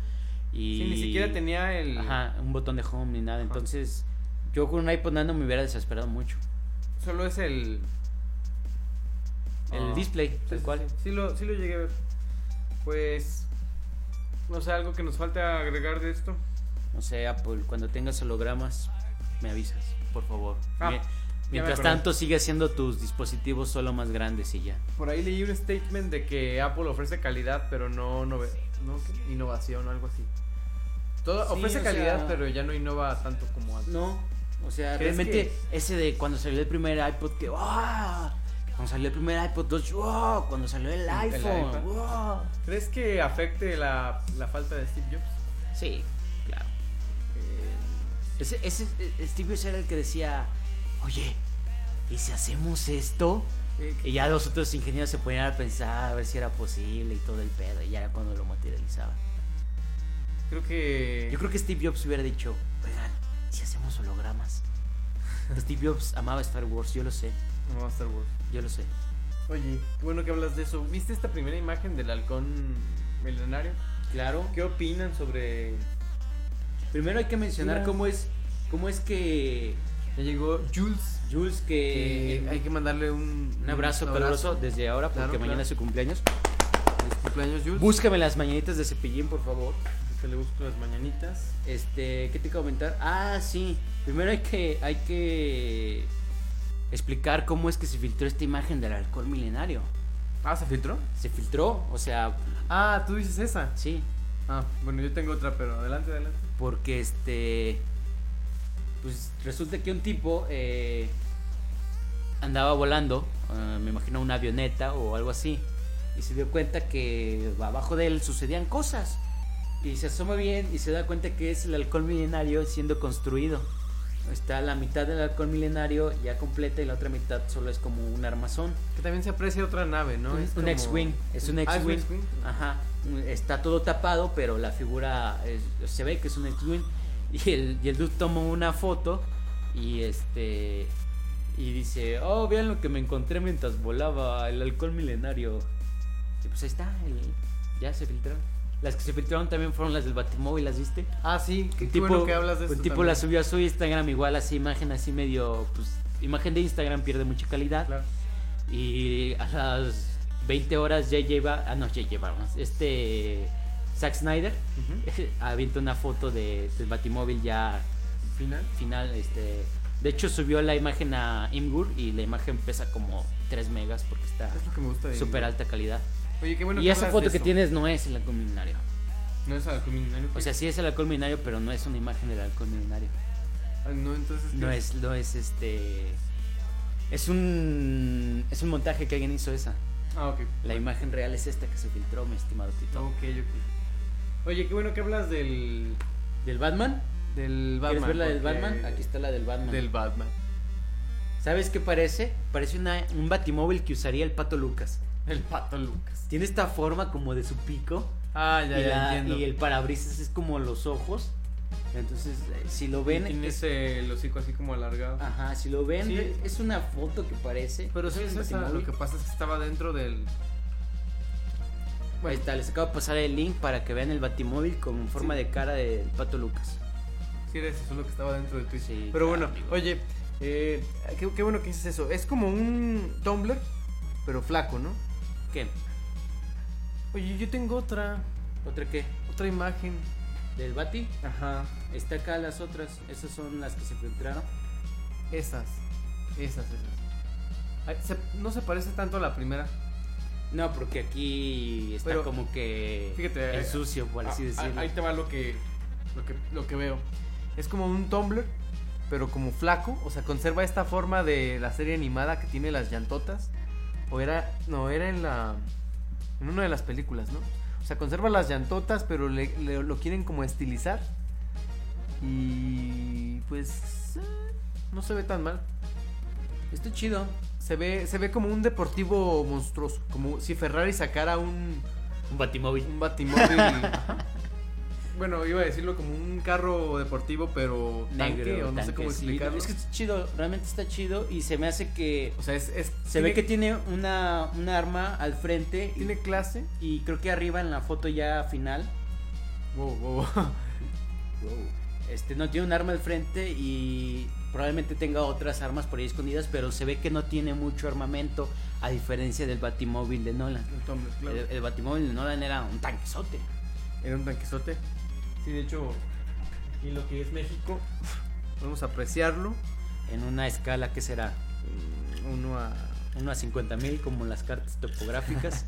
Speaker 2: Y...
Speaker 1: Sí, ni siquiera tenía el...
Speaker 2: Ajá, un botón de home ni nada.
Speaker 1: Ajá.
Speaker 2: Entonces, yo con un iPod nano me hubiera desesperado mucho.
Speaker 1: Solo es el...
Speaker 2: El
Speaker 1: Ah.
Speaker 2: display,
Speaker 1: Sí,
Speaker 2: tal
Speaker 1: sí,
Speaker 2: cual.
Speaker 1: Sí, Sí lo, sí lo llegué a ver. Pues... No sé, algo que nos falta agregar de esto.
Speaker 2: No sé, Apple, cuando tengas hologramas, me avisas, por favor.
Speaker 1: Ah,
Speaker 2: Me-
Speaker 1: ya me
Speaker 2: mientras
Speaker 1: acordé.
Speaker 2: tanto, sigue haciendo tus dispositivos solo más grandes y ya.
Speaker 1: Por ahí leí un statement de que Apple ofrece calidad, pero no, nove- no, ¿qué? innovación, algo así. Todo,
Speaker 2: Sí,
Speaker 1: ofrece
Speaker 2: o
Speaker 1: calidad,
Speaker 2: sea-
Speaker 1: pero ya no innova tanto como antes.
Speaker 2: No, o sea,
Speaker 1: ¿Crees
Speaker 2: realmente ese de cuando salió el primer iPod, que ¡ah! Cuando salió el primer iPod Touch, ¡wow! Cuando salió el iPhone,
Speaker 1: iPad.
Speaker 2: ¡wow!
Speaker 1: ¿Crees que afecte la, la falta de Steve Jobs?
Speaker 2: Sí, claro. Eh, Ese, ese, eh, Steve Jobs era el que decía, oye, ¿y si hacemos esto?
Speaker 1: Eh,
Speaker 2: Y ya los otros ingenieros se ponían a pensar a ver si era posible y todo el pedo. Y ya era cuando lo materializaban.
Speaker 1: creo que...
Speaker 2: Yo creo que Steve Jobs hubiera dicho, oigan, si hacemos hologramas. Steve Jobs amaba Star Wars, yo lo sé,
Speaker 1: No, Star Wars.
Speaker 2: yo lo sé.
Speaker 1: Oye, qué bueno que hablas de eso. ¿Viste esta primera imagen del halcón milenario?
Speaker 2: Claro.
Speaker 1: ¿Qué opinan sobre...?
Speaker 2: Primero hay que mencionar
Speaker 1: Mira.
Speaker 2: cómo es cómo es que
Speaker 1: Ya llegó Jules.
Speaker 2: Jules
Speaker 1: que
Speaker 2: que
Speaker 1: Eh, hay que mandarle un,
Speaker 2: Eh, un abrazo caluroso este desde ahora porque
Speaker 1: Claro,
Speaker 2: mañana
Speaker 1: claro.
Speaker 2: es su cumpleaños.
Speaker 1: Feliz cumpleaños, Jules.
Speaker 2: Búscame las mañanitas de Cepillín, por favor.
Speaker 1: Que le gusten las mañanitas.
Speaker 2: Este, ¿qué te iba a comentar? Ah, sí. Primero hay que hay que explicar cómo es que se filtró esta imagen del alcohol milenario.
Speaker 1: Ah, ¿se filtró?
Speaker 2: Se filtró, o sea,
Speaker 1: Ah, tú dices esa.
Speaker 2: sí,
Speaker 1: Ah, bueno, yo tengo otra, pero adelante, adelante.
Speaker 2: porque este pues resulta que un tipo eh, andaba volando eh, me imagino una avioneta o algo así y se dio cuenta que abajo de él sucedían cosas y se asoma bien y se da cuenta que es el alcohol milenario siendo construido está la mitad del alcohol milenario ya completa y la otra mitad solo es como un armazón
Speaker 1: Que también se aprecia otra nave, ¿no?
Speaker 2: un,
Speaker 1: Es
Speaker 2: un
Speaker 1: como-
Speaker 2: X-Wing. Es un
Speaker 1: Ah,
Speaker 2: X-Wing.
Speaker 1: X-Wing.
Speaker 2: Ajá. Está todo tapado, pero la figura es- se ve que es un X-Wing. Y el, y el dude tomó una foto y este. Y dice: Oh, vean lo que me encontré mientras volaba el alcohol milenario. Y pues ahí está, el- ya se filtraron. Las que se filtraron también fueron las del Batimóvil, ¿las viste?
Speaker 1: Ah, sí, qué,
Speaker 2: Un
Speaker 1: qué bueno que hablas de
Speaker 2: un
Speaker 1: eso.
Speaker 2: tipo la subió a su Instagram igual así imagen así medio pues imagen de Instagram pierde mucha calidad
Speaker 1: Claro.
Speaker 2: y a las 20 horas ya lleva, ah no, ya llevamos, este Zack Snyder
Speaker 1: Ujú.
Speaker 2: avienta una foto de, del Batimóvil ya
Speaker 1: Final.
Speaker 2: final, este, de hecho subió la imagen a Imgur y la imagen pesa como 3 megas porque está
Speaker 1: Es lo que me gusta de
Speaker 2: súper alta calidad.
Speaker 1: Oye, qué bueno
Speaker 2: y
Speaker 1: que
Speaker 2: esa
Speaker 1: hablas
Speaker 2: foto
Speaker 1: de
Speaker 2: que
Speaker 1: eso.
Speaker 2: tienes no es el alcohol milenario.
Speaker 1: No es alcohol milenario.
Speaker 2: O sea, sí es el alcohol milenario, pero no es una imagen del alcohol milenario.
Speaker 1: Ah, no, entonces.
Speaker 2: No
Speaker 1: ¿qué?
Speaker 2: es, no es este... Es un, es un montaje que alguien hizo esa.
Speaker 1: Ah, ok.
Speaker 2: La imagen real es esta que se filtró, mi estimado Tito.
Speaker 1: Ok, ok. Oye, qué bueno que hablas del.
Speaker 2: ¿Del Batman?
Speaker 1: Del Batman.
Speaker 2: ¿Quieres ver la del
Speaker 1: porque-
Speaker 2: Batman? Aquí está la del Batman.
Speaker 1: Del Batman.
Speaker 2: ¿Sabes qué parece? Parece una- un batimóvil que usaría el pato Lucas.
Speaker 1: El pato Lucas.
Speaker 2: Tiene esta forma como de su pico.
Speaker 1: Ah, ya,
Speaker 2: y,
Speaker 1: ya
Speaker 2: la-
Speaker 1: entiendo.
Speaker 2: y el parabrisas es como los ojos. Entonces, eh, si lo ven.
Speaker 1: Tiene
Speaker 2: es-
Speaker 1: ese el hocico así como alargado.
Speaker 2: Ajá, si lo ven,
Speaker 1: Sí.
Speaker 2: eh, es una foto que parece.
Speaker 1: Pero
Speaker 2: es
Speaker 1: sí,
Speaker 2: un
Speaker 1: es esa. Lo
Speaker 2: batimóvil.
Speaker 1: que pasa es que estaba dentro del.
Speaker 2: Ahí está, les acabo de pasar el link para que vean el batimóvil con forma de cara del pato Lucas.
Speaker 1: Sí, era eso, solo que estaba dentro de Twitch.
Speaker 2: Sí,
Speaker 1: pero
Speaker 2: claro,
Speaker 1: bueno,
Speaker 2: amigo.
Speaker 1: oye, eh, qué, qué bueno que dices eso. Es como un Tumblr, pero flaco, ¿no?
Speaker 2: ¿Qué?
Speaker 1: Oye, yo tengo otra,
Speaker 2: ¿Otra qué?
Speaker 1: otra imagen.
Speaker 2: ¿Del bati?
Speaker 1: Ajá,
Speaker 2: Está acá las otras, esas son las que se filtraron.
Speaker 1: esas, esas, esas. Ay, se- no se parece tanto a la primera.
Speaker 2: No, porque aquí está
Speaker 1: Pero,
Speaker 2: como que
Speaker 1: fíjate,
Speaker 2: el
Speaker 1: eh,
Speaker 2: sucio, por así
Speaker 1: Ah,
Speaker 2: decirlo.
Speaker 1: Ahí te va lo que, lo que, lo que veo. Es como un Tumblr, pero como flaco. O sea, conserva esta forma de la serie animada que tiene las llantotas. O era. No, era en la. En una de las películas, ¿no? O sea, conserva las llantotas, pero le- le- lo quieren como estilizar. Y. Pues. eh, No se ve tan mal.
Speaker 2: Está chido.
Speaker 1: Se ve, se ve como un deportivo monstruoso. Como si Ferrari sacara un.
Speaker 2: Un batimóvil.
Speaker 1: Un batimóvil. Ajá. bueno, iba a decirlo como un carro deportivo, pero
Speaker 2: negro.
Speaker 1: tanque, o no sé
Speaker 2: tanque,
Speaker 1: cómo
Speaker 2: sí.
Speaker 1: explicarlo.
Speaker 2: Es que está chido, realmente está chido y se me hace que...
Speaker 1: o sea, es, es-
Speaker 2: se
Speaker 1: tiene-
Speaker 2: ve que tiene una, un arma al frente y-
Speaker 1: tiene clase.
Speaker 2: y creo que arriba en la foto ya final
Speaker 1: Wow, wow.
Speaker 2: Este, no tiene un arma al frente y probablemente tenga otras armas por ahí escondidas, pero se ve que no tiene mucho armamento, a diferencia del batimóvil de Nolan.
Speaker 1: Entonces, claro.
Speaker 2: El, el batimóvil de Nolan era un tanquesote.
Speaker 1: Era un tanquesote. Sí, de hecho, y lo que es México, podemos apreciarlo.
Speaker 2: En una escala que será
Speaker 1: Mm, Uno a.
Speaker 2: uno a 50 mil, como las cartas topográficas.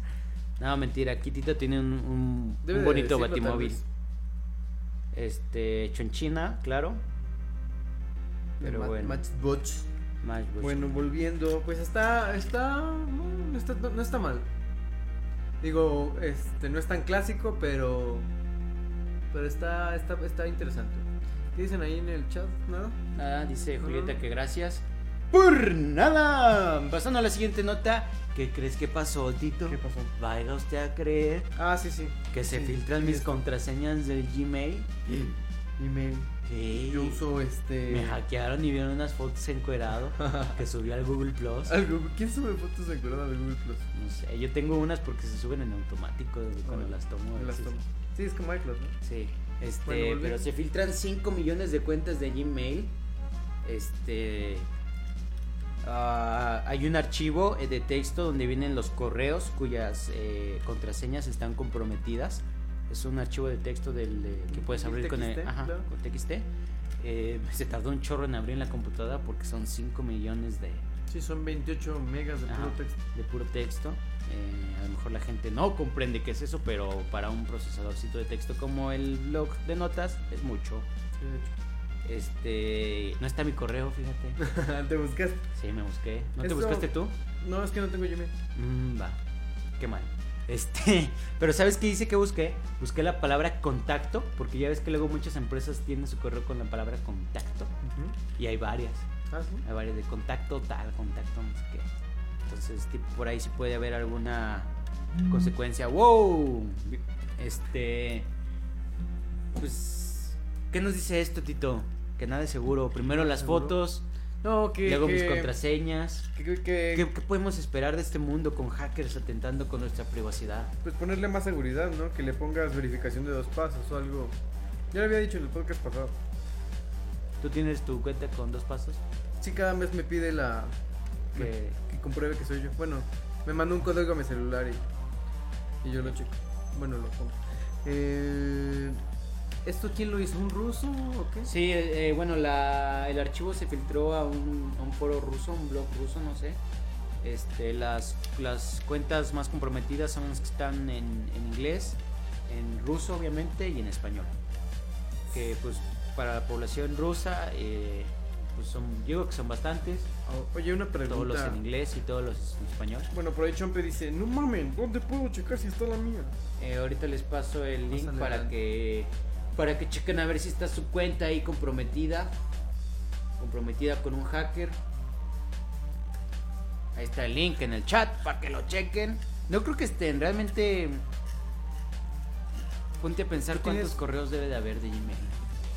Speaker 2: no, mentira, aquí Tito tiene un, un-
Speaker 1: Debe
Speaker 2: un
Speaker 1: de
Speaker 2: bonito
Speaker 1: decirlo, tal
Speaker 2: batimóvil.
Speaker 1: vez.
Speaker 2: Este, hecho en China, claro. Pero
Speaker 1: Ma-
Speaker 2: bueno.
Speaker 1: Matchbox.
Speaker 2: Más, pues,
Speaker 1: Bueno, volviendo, pues está, está, no, no está, no está mal. Digo, este, no es tan clásico, pero, pero está, está, está interesante. ¿Qué dicen ahí en el chat? ¿Nada?
Speaker 2: Nada, dice Julieta
Speaker 1: Ujú.
Speaker 2: que gracias. Por nada. Pasando a la siguiente nota. ¿Qué crees que pasó, Tito?
Speaker 1: pasó?
Speaker 2: ¿Vaya usted a creer
Speaker 1: Ah, sí, sí.
Speaker 2: que se
Speaker 1: Sí,
Speaker 2: filtran
Speaker 1: sí,
Speaker 2: mis
Speaker 1: es-
Speaker 2: contraseñas del Gmail?
Speaker 1: Email.
Speaker 2: Sí.
Speaker 1: Yo uso este.
Speaker 2: Me hackearon y vieron unas fotos encuerado que subí al Google Plus.
Speaker 1: Algo. ¿Quién sube fotos de color de Google Plus?
Speaker 2: No sé, yo tengo unas porque se suben en automático desde cuando
Speaker 1: Oye,
Speaker 2: las tomo. a
Speaker 1: Me las
Speaker 2: veces.
Speaker 1: tomo. Sí, es como iCloud, ¿no?
Speaker 2: Sí, este,
Speaker 1: Bueno, volviendo.
Speaker 2: pero se filtran 5 millones de cuentas de Gmail. Este. ah, hay un archivo eh, de texto donde vienen los correos cuyas eh, contraseñas están comprometidas. Es un archivo de texto del, de- que puedes
Speaker 1: El
Speaker 2: abrir con el
Speaker 1: TXT,
Speaker 2: ajá,
Speaker 1: claro.
Speaker 2: con TXT. Eh, se tardó un chorro en abrir en la computadora porque son 5 millones de,
Speaker 1: Sí, son 28 megas de puro
Speaker 2: Ajá,
Speaker 1: texto.
Speaker 2: de puro texto. Eh, a lo mejor la gente no comprende qué es eso, pero para un procesadorcito de texto como el blog de notas es mucho.
Speaker 1: Sí, de hecho.
Speaker 2: Este, no está mi correo, fíjate.
Speaker 1: ¿Te buscaste?
Speaker 2: Sí, me busqué. ¿No te
Speaker 1: Eso-
Speaker 2: buscaste tú?
Speaker 1: No, es que no tengo Gmail.
Speaker 2: Mm, va. Qué mal. Este, pero ¿sabes qué hice que busqué? Busqué la palabra contacto, porque ya ves que luego muchas empresas tienen su correo con la palabra contacto y hay varias.
Speaker 1: Ah, sí.
Speaker 2: Hay varias de contacto tal, contacto no sé qué. Entonces, tipo, por ahí sí puede haber alguna consecuencia. ¡Wow! Este. Pues. ¿Qué nos dice esto, Tito? Que nada es seguro. Primero las
Speaker 1: ¿Seguro?
Speaker 2: fotos,
Speaker 1: No, que.
Speaker 2: luego mis
Speaker 1: que-
Speaker 2: contraseñas.
Speaker 1: que- que- que-
Speaker 2: ¿Qué, qué podemos esperar de este mundo con hackers atentando con nuestra privacidad?
Speaker 1: Pues ponerle más seguridad, ¿no? Que le pongas verificación de dos pasos o algo. Ya lo había dicho en el podcast pasado.
Speaker 2: ¿Tú tienes tu cuenta con dos pasos?
Speaker 1: Sí, cada mes me pide la. me-
Speaker 2: Que-
Speaker 1: que compruebe que soy yo. Bueno, me mandó un código a mi celular y, y yo lo checo. Bueno, lo pongo. Eh, ¿Esto quién lo hizo? ¿Un ruso o qué?
Speaker 2: Sí, eh, eh, bueno, la- el archivo se filtró a un, a un foro ruso, un blog ruso, no sé. Este, las, las cuentas más comprometidas son las que están en, en inglés, en ruso obviamente y en español. Que pues para la población rusa, eh, pues son, digo que son bastantes,
Speaker 1: O- Ah, Oye, una pregunta.
Speaker 2: todos los en inglés y todos los en español.
Speaker 1: Bueno, por ahí Chompe dice, no mamen, ¿dónde puedo checar si está la mía?
Speaker 2: Eh, ahorita les paso el link
Speaker 1: Pásale,
Speaker 2: para
Speaker 1: Dan.
Speaker 2: que para que chequen a ver si está su cuenta ahí comprometida. Comprometida con un hacker. Ahí está el link en el chat para que lo chequen. No creo que estén, realmente. Ponte a pensar
Speaker 1: ¿Tú tienes-
Speaker 2: cuántos correos debe de haber de Gmail.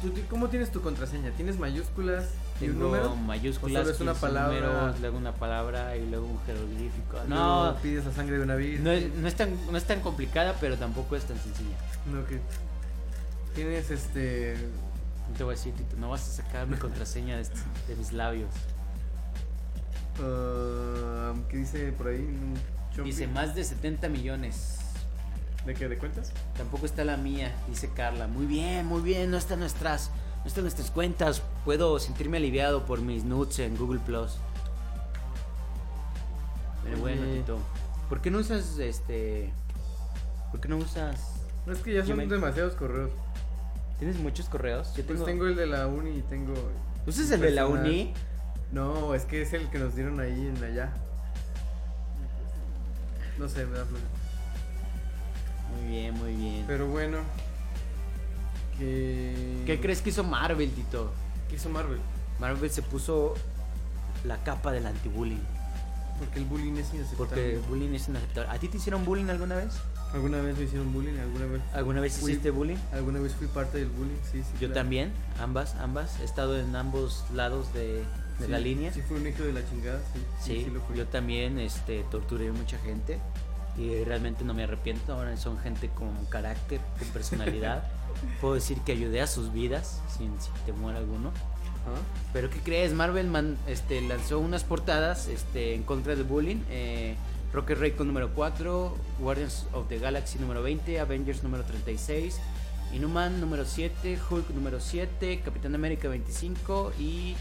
Speaker 1: ¿Tú ti- ¿Cómo tienes tu contraseña? ¿Tienes mayúsculas y un
Speaker 2: Tengo
Speaker 1: número?
Speaker 2: mayúsculas,
Speaker 1: ¿O solo es una
Speaker 2: 15
Speaker 1: palabra?
Speaker 2: números, luego una palabra y luego un jeroglífico. No,
Speaker 1: Luego pides la sangre de una virgen.
Speaker 2: no, es, no es tan, no es tan complicada, pero tampoco es tan sencilla.
Speaker 1: No, que... Tienes este...
Speaker 2: No te voy a decir, Tito, no vas a sacar mi contraseña de, est- de mis labios.
Speaker 1: ah, ¿Qué dice por ahí? Chompi?
Speaker 2: Dice más de 70 millones.
Speaker 1: ¿De qué? ¿De cuentas?
Speaker 2: Tampoco está la mía, dice Carla. Muy bien, muy bien, no están nuestras, no están nuestras cuentas. Puedo sentirme aliviado por mis nudes en Google Plus. Pero bueno,
Speaker 1: Oye.
Speaker 2: Tito, ¿por qué no usas este? ¿Por qué no usas?
Speaker 1: No, es que ya son
Speaker 2: Gmail.
Speaker 1: demasiados correos.
Speaker 2: ¿Tienes muchos correos? Yo
Speaker 1: Pues tengo el de la uni y tengo...
Speaker 2: ¿Usas el de la
Speaker 1: personal.
Speaker 2: uni?
Speaker 1: No, es que es el que nos dieron ahí en allá. No sé, me da flojera.
Speaker 2: Muy bien, muy bien.
Speaker 1: Pero bueno. Que...
Speaker 2: ¿Qué crees que hizo Marvel, Tito?
Speaker 1: que hizo Marvel?
Speaker 2: Marvel se puso la capa del antibullying.
Speaker 1: Porque el bullying es inaceptable.
Speaker 2: Porque el bullying es inaceptable. ¿A ti te hicieron bullying alguna vez?
Speaker 1: ¿Alguna vez me hicieron bullying? ¿Alguna vez?
Speaker 2: ¿Alguna vez
Speaker 1: Fui-
Speaker 2: hiciste bullying?
Speaker 1: ¿Alguna vez fui parte del bullying? Sí, sí.
Speaker 2: Yo
Speaker 1: claro.
Speaker 2: también, ambas, ambas. He estado en ambos lados de, de
Speaker 1: Sí,
Speaker 2: la línea.
Speaker 1: Sí, fue un hijo de la chingada, sí.
Speaker 2: Sí,
Speaker 1: lo fui.
Speaker 2: yo también este, torturé a mucha gente y realmente no me arrepiento. Ahora son gente con carácter, con personalidad. Puedo decir que ayudé a sus vidas sin, sin temor alguno.
Speaker 1: Ajá.
Speaker 2: Pero ¿qué crees? Marvel man- este, lanzó unas portadas este, en contra del bullying. Eh, Rocket Raycon número 4, Guardians of the Galaxy número 20, Avengers número 36, Inhuman número 7, Hulk número 7, Capitán América 25 y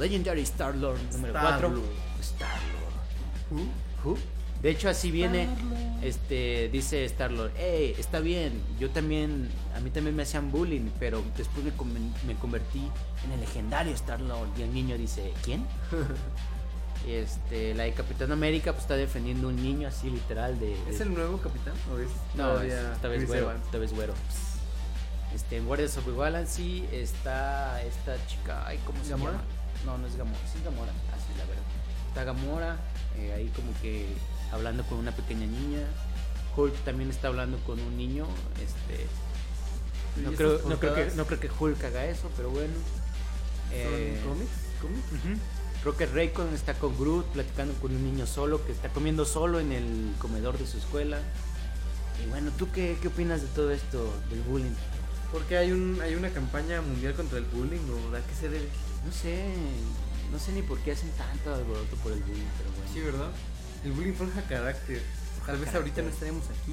Speaker 2: Legendary Star-Lord número 4.
Speaker 1: Star-Lord.
Speaker 2: Star-Lord.
Speaker 1: ¿Who?
Speaker 2: Who? De hecho, así viene. Este dice Starlord, hey, está bien. Yo también, a mí también me hacían bullying, pero después me, conven- me convertí en el legendario Starlord. Y el niño dice, ¿quién? Y, este, la de Capitán América pues está defendiendo un niño así literal de.
Speaker 1: ¿Es
Speaker 2: de-
Speaker 1: el nuevo capitán? ¿O es
Speaker 2: Eh. No, es-
Speaker 1: todavía
Speaker 2: esta vez
Speaker 1: Ah, Chris
Speaker 2: güero,
Speaker 1: Evans?
Speaker 2: esta vez güero. Este, en Guardians of the Galaxy está esta chica, ay, ¿cómo se
Speaker 1: ¿Gamora?
Speaker 2: llama? No, no es Gamora, sí es Gamora, así la verdad. Está Gamora, eh, ahí como que hablando con una pequeña niña. Hulk también está hablando con un niño, este...
Speaker 1: ¿Y
Speaker 2: No
Speaker 1: esas
Speaker 2: creo, no, creo que,
Speaker 1: portadas
Speaker 2: no creo que Hulk haga eso, pero bueno. Eh,
Speaker 1: ¿Son cómics? ¿Cómics?
Speaker 2: ujú. Rocket Raycon está con Groot platicando con un niño solo que está comiendo solo en el comedor de su escuela. Y bueno, ¿tú qué, qué opinas de todo esto del bullying?
Speaker 1: Porque hay, un, hay una campaña mundial contra el bullying, ¿o a qué se debe?
Speaker 2: No sé, no sé ni por qué hacen tanto alboroto por el bullying, pero bueno.
Speaker 1: Sí, ¿verdad? El bullying forja carácter. Tal vez ahorita
Speaker 2: carácter.
Speaker 1: no estaremos aquí.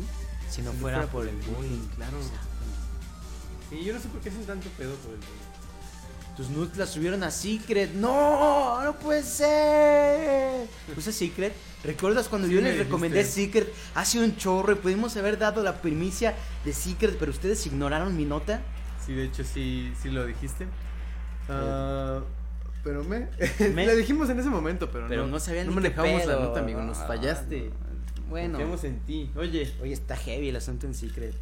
Speaker 2: si no fuera, por el bullying,
Speaker 1: claro.
Speaker 2: exacto.
Speaker 1: Sí, yo no sé por qué hacen tanto pedo por el bullying.
Speaker 2: Tus nudes las subieron a Secret. ¡No! ¡No puede ser! ¿Usa Secret? ¿Recuerdas cuando
Speaker 1: Sí,
Speaker 2: yo
Speaker 1: me
Speaker 2: les recomendé
Speaker 1: dijiste.
Speaker 2: Secret hace un chorro y pudimos haber dado la primicia de Secret, pero ustedes ignoraron mi nota?
Speaker 1: Sí, de hecho, sí, sí lo dijiste. Ah, pero me...
Speaker 2: Me-
Speaker 1: La dijimos en ese momento, pero,
Speaker 2: Pero
Speaker 1: no,
Speaker 2: no, sabían
Speaker 1: no
Speaker 2: ni qué
Speaker 1: manejamos
Speaker 2: pedo.
Speaker 1: la nota, amigo. Nos
Speaker 2: Ah,
Speaker 1: fallaste.
Speaker 2: no. Bueno,
Speaker 1: Confiamos en ti. Oye,
Speaker 2: oye, está heavy el asunto en Secret.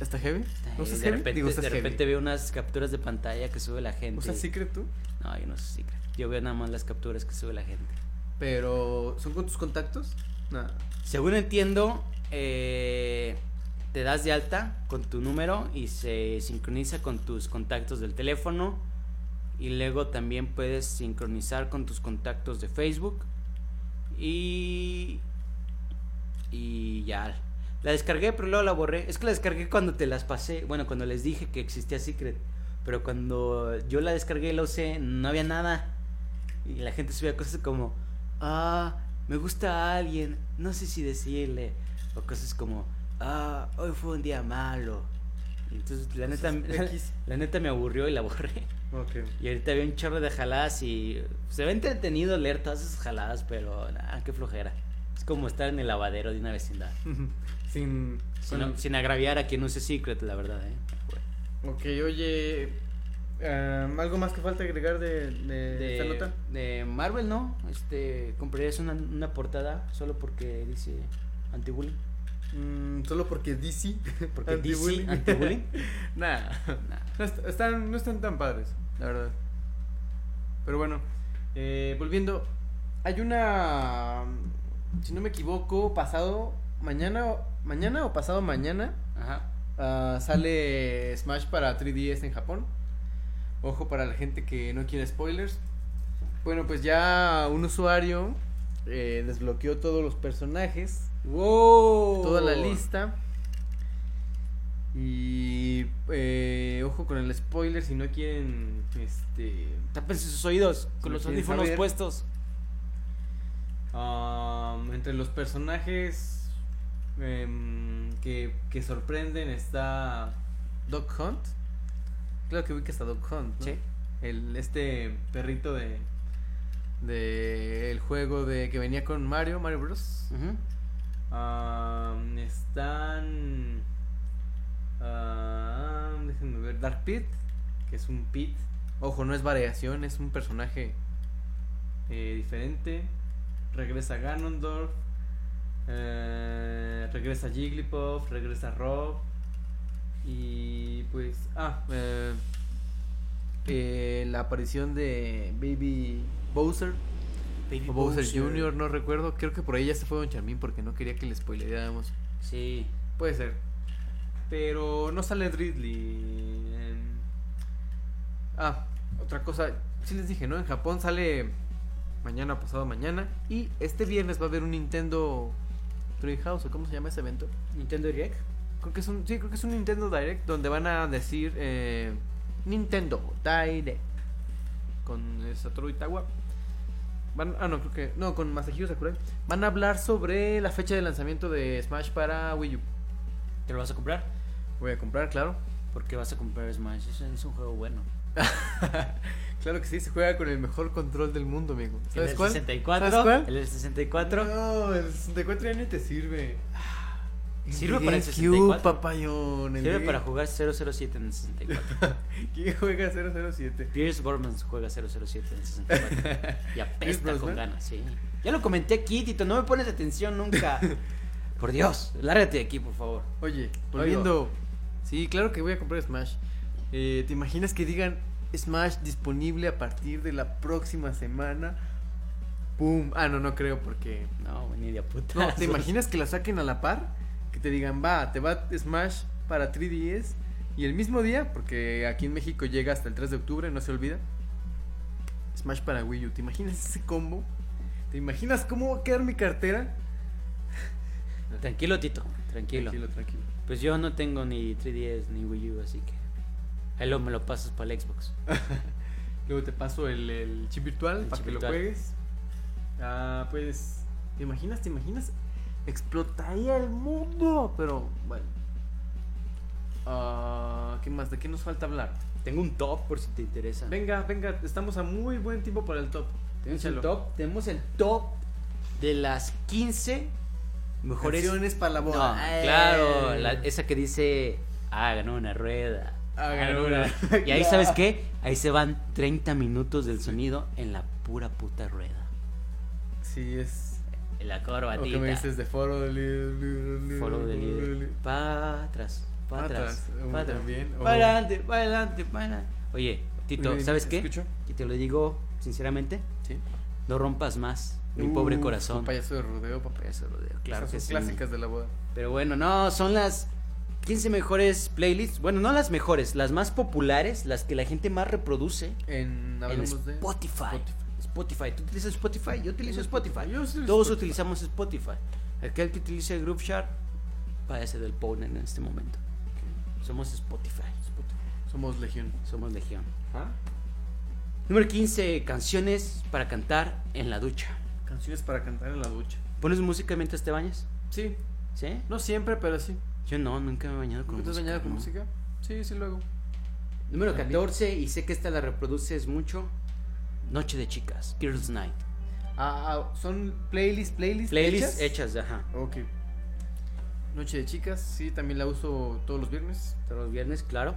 Speaker 1: ¿está heavy?
Speaker 2: Está
Speaker 1: ¿No
Speaker 2: heavy.
Speaker 1: estás
Speaker 2: de
Speaker 1: heavy?
Speaker 2: repente,
Speaker 1: Digo, ¿estás
Speaker 2: de
Speaker 1: heavy?
Speaker 2: repente veo unas capturas de pantalla que sube la gente.
Speaker 1: ¿Usas Secret tú?
Speaker 2: No, yo no uso Secret. Yo veo nada más las capturas que sube la gente.
Speaker 1: Pero, ¿son con tus contactos? Nada.
Speaker 2: Según entiendo, eh, te das de alta con tu número y se sincroniza con tus contactos del teléfono. Y luego también puedes sincronizar con tus contactos de Facebook. Y. Y ya. La descargué, pero luego la borré. Es que la descargué cuando te las pasé. Bueno, cuando les dije que existía Secret. Pero cuando yo la descargué y la usé, no había nada. Y la gente subía cosas como, ah, me gusta a alguien, no sé si decirle. O cosas como, ah, hoy fue un día malo. Y entonces, la neta,
Speaker 1: Cosas
Speaker 2: la,
Speaker 1: X.
Speaker 2: la neta me aburrió y la borré.
Speaker 1: Ok.
Speaker 2: Y ahorita había un chorro de jaladas y se ve entretenido leer todas esas jaladas, pero nada, qué flojera. Es como estar en el lavadero de una vecindad.
Speaker 1: Sin.
Speaker 2: Sin,
Speaker 1: bueno,
Speaker 2: sin agraviar a quien use Secret, la verdad, ¿eh?
Speaker 1: Ok, oye. em, ¿Algo más que falta agregar de, de, esta nota?
Speaker 2: de Marvel, ¿no? Este, comprarías una, una portada solo porque dice anti-bullying.
Speaker 1: Mm, solo porque DC.
Speaker 2: Porque
Speaker 1: Anti-bullying.
Speaker 2: DC, anti-bullying.
Speaker 1: nah.
Speaker 2: Nah.
Speaker 1: No, est- están, no están tan padres, la verdad. Pero bueno, eh, volviendo. Hay una. Si no me equivoco, pasado. Mañana, o- mañana o pasado mañana
Speaker 2: Ajá.
Speaker 1: ah, sale Smash para 3DS en Japón. Ojo para la gente que no quiere spoilers. Bueno, pues ya un usuario eh, desbloqueó todos los personajes,
Speaker 2: ¡Wow!
Speaker 1: toda
Speaker 4: Oh.
Speaker 1: la lista. Y eh, ojo con el spoiler si no quieren este
Speaker 2: Tápense sus oídos
Speaker 1: Si
Speaker 2: con los
Speaker 1: quieren
Speaker 2: audífonos
Speaker 1: saber.
Speaker 2: puestos.
Speaker 1: Am, Um, entre los personajes em, que, que sorprenden está Doc Hunt. Claro que ubicas a Doc Hunt, ¿no?
Speaker 2: Sí.
Speaker 1: El, este perrito de, de el juego de que venía con Mario, Mario Bros.
Speaker 2: Ujú.
Speaker 1: Am, están. am, Ah, déjenme ver. Dark Pit, que es un Pit. Ojo, no es variación, es un personaje eh, diferente. Regresa Ganondorf. Eh, regresa Jigglypuff, regresa Rob. Y pues. Ah, eh, eh, la aparición de Baby Bowser.
Speaker 2: Baby
Speaker 1: O Bowser Jr., no recuerdo. Creo que por ahí ya se fue Don Charmín porque no quería que le spoileáramos.
Speaker 2: Sí.
Speaker 1: Puede ser. Pero no sale Ridley. em. Ah, otra cosa. Sí les dije, ¿no? En Japón sale mañana, pasado mañana. Y este viernes va a haber un Nintendo Treehouse, ¿o cómo se llama ese evento?
Speaker 2: Nintendo Direct.
Speaker 1: Creo que es un, sí, creo que es un Nintendo Direct donde van a decir eh, Nintendo Direct con eh, Satoru Itawa. Van, ah, no, creo que. No, con Masahiro Sakurai. Van a hablar sobre la fecha de lanzamiento de Smash para Wii U.
Speaker 2: ¿Te lo vas a comprar?
Speaker 1: Voy a comprar, claro.
Speaker 2: Porque vas a comprar Smash. Es, es un juego bueno.
Speaker 1: Claro que sí, se juega con el mejor control del mundo, amigo.
Speaker 2: El
Speaker 1: ¿Sabes
Speaker 2: del
Speaker 1: cuál?
Speaker 2: 64.
Speaker 1: ¿Sabes cuál?
Speaker 2: El del 64.
Speaker 1: No, el 64 ya ni te sirve.
Speaker 2: Ah, Sirve para el
Speaker 1: GameCube,
Speaker 2: 64.
Speaker 1: papayón. el
Speaker 2: Sirve
Speaker 1: Game-
Speaker 2: para jugar 007 en el 64.
Speaker 1: ¿Quién juega 007?
Speaker 2: Pierce Borman juega 007 en el 64. Y
Speaker 1: Pierce
Speaker 2: apesta
Speaker 1: Brosnan.
Speaker 2: con ganas, sí. Ya lo comenté aquí, Tito. No me pones atención nunca. Por Dios, lárgate de aquí, por favor.
Speaker 1: Oye, volviendo. Sí, claro que voy a comprar Smash. Eh, ¿Te imaginas que digan Smash disponible a partir de la próxima semana? ¡Pum! Ah, no, no creo porque.
Speaker 2: No, ni de a puta.
Speaker 1: No, ¿te imaginas que la saquen a la par? Que te digan, va, te va Smash para 3DS. Y el mismo día, porque aquí en México llega hasta el 3 de octubre, no se olvida. Smash para Wii U. ¿Te imaginas ese combo? ¿Te imaginas cómo va a quedar mi cartera?
Speaker 2: Tranquilo, Tito. Tranquilo.
Speaker 1: Tranquilo, tranquilo.
Speaker 2: Pues yo no tengo ni 3DS ni Wii U, así que. Ahí lo- me lo pasas para el Xbox.
Speaker 1: Luego te paso el, el chip virtual
Speaker 2: El
Speaker 1: para
Speaker 2: chip
Speaker 1: que
Speaker 2: virtual.
Speaker 1: lo juegues. Ah, pues. ¿Te imaginas? ¿Te imaginas? Explotaría el mundo. Pero, bueno. Ah, ¿Qué más? ¿De qué nos falta hablar?
Speaker 2: Tengo un top por si te interesa.
Speaker 1: Venga, venga, estamos a muy buen tiempo para el top.
Speaker 2: Tenemos
Speaker 1: Échalo.
Speaker 2: el top. Tenemos el top de las 15 mejores.
Speaker 1: Canciones para la
Speaker 2: No,
Speaker 1: boda. Ay. Eh,
Speaker 2: claro, la- esa que dice hagan una rueda.
Speaker 1: Hagan
Speaker 2: hagan
Speaker 1: Ah, una".
Speaker 2: una". Y ahí, ¿sabes qué? Ahí se van 30 minutos del sonido en la pura puta rueda.
Speaker 1: Sí, es.
Speaker 2: En la
Speaker 1: Lo que me
Speaker 2: corbatita.
Speaker 1: dices de foro de líder.
Speaker 2: Follow the leader. Pa' atrás, pa'
Speaker 1: Pa'
Speaker 2: atrás,
Speaker 1: atrás, uh,
Speaker 2: pa' atrás.
Speaker 1: también, o-
Speaker 2: Pa' adelante, pa' adelante, pa' adelante. Oye, Tito,
Speaker 1: Oye,
Speaker 2: ¿sabes qué?
Speaker 1: ¿escucho?
Speaker 2: Y te lo digo sinceramente,
Speaker 1: Sí.
Speaker 2: no rompas más mi pobre
Speaker 1: Uh,
Speaker 2: corazón.
Speaker 1: Un payaso de rodeo, papá.
Speaker 2: Payaso rodeo,
Speaker 1: Claro
Speaker 2: claro que
Speaker 1: son
Speaker 2: sí.
Speaker 1: clásicas de la boda.
Speaker 2: Pero bueno, no, son las 15 mejores playlists. Bueno, no las mejores, las más populares, las que la gente más reproduce
Speaker 1: En,
Speaker 2: en
Speaker 1: hablemos de-
Speaker 2: Spotify. Spotify. ¿Tú utilizas Spotify? Yo utilizo
Speaker 1: Yo
Speaker 2: Spotify.
Speaker 1: Yo utilizo
Speaker 2: Todos
Speaker 1: Spotify.
Speaker 2: utilizamos Spotify. Aquel que utilice Group Shark padece del Powner en este momento. Somos Spotify.
Speaker 1: Somos Legión.
Speaker 2: Somos Legión. Número 15. Canciones para cantar en la ducha.
Speaker 1: Canciones para cantar en la ducha.
Speaker 2: ¿Pones música mientras te bañas?
Speaker 1: Sí,
Speaker 2: ¿Sí?
Speaker 1: no siempre, pero sí.
Speaker 2: Yo no, nunca me he bañado con
Speaker 1: ¿Tú te has
Speaker 2: música.
Speaker 1: bañado con
Speaker 2: no.
Speaker 1: música? Sí, sí, luego.
Speaker 2: Número 14, y sé que esta la reproduces mucho. Noche de chicas, Girls Night.
Speaker 1: Ah, ah, son playlists, playlists.
Speaker 2: Playlists hechas, ajá.
Speaker 1: Ok. Noche de chicas, sí, también la uso todos los viernes.
Speaker 2: Todos los viernes, claro.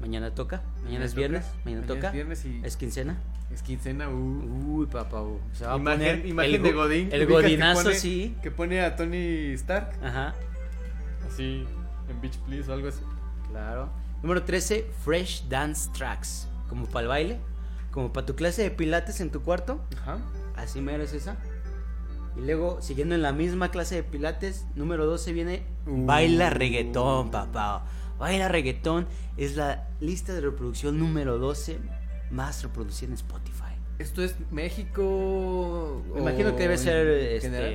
Speaker 2: Mañana toca. Mañana, es
Speaker 1: toca,
Speaker 2: viernes. Mañana, toca.
Speaker 1: Es viernes y
Speaker 2: Es
Speaker 1: es,
Speaker 2: quincena.
Speaker 1: quincena. uh.
Speaker 2: Uy, papá. uh, se va a
Speaker 1: Imagen,
Speaker 2: poner
Speaker 1: imagen
Speaker 2: el
Speaker 1: de
Speaker 2: go-
Speaker 1: Godín.
Speaker 2: El
Speaker 1: ubicas que
Speaker 2: godinazo,
Speaker 1: pone-
Speaker 2: sí.
Speaker 1: Que pone a Tony Stark.
Speaker 2: Ajá,
Speaker 1: Así, en Beach Please o algo así.
Speaker 2: claro. Número 13, Fresh Dance Tracks. Como para el baile. Como para tu clase de pilates en tu cuarto.
Speaker 1: Ajá.
Speaker 2: Así mero es esa. Y luego, siguiendo en la misma clase de pilates, número 12 viene
Speaker 1: Uh.
Speaker 2: Baila Reggaetón, papá. Baila Reggaetón es la lista de reproducción número 12 más reproducida en Spotify.
Speaker 1: Esto es México.
Speaker 2: Me imagino que debe
Speaker 1: en
Speaker 2: ser
Speaker 1: general.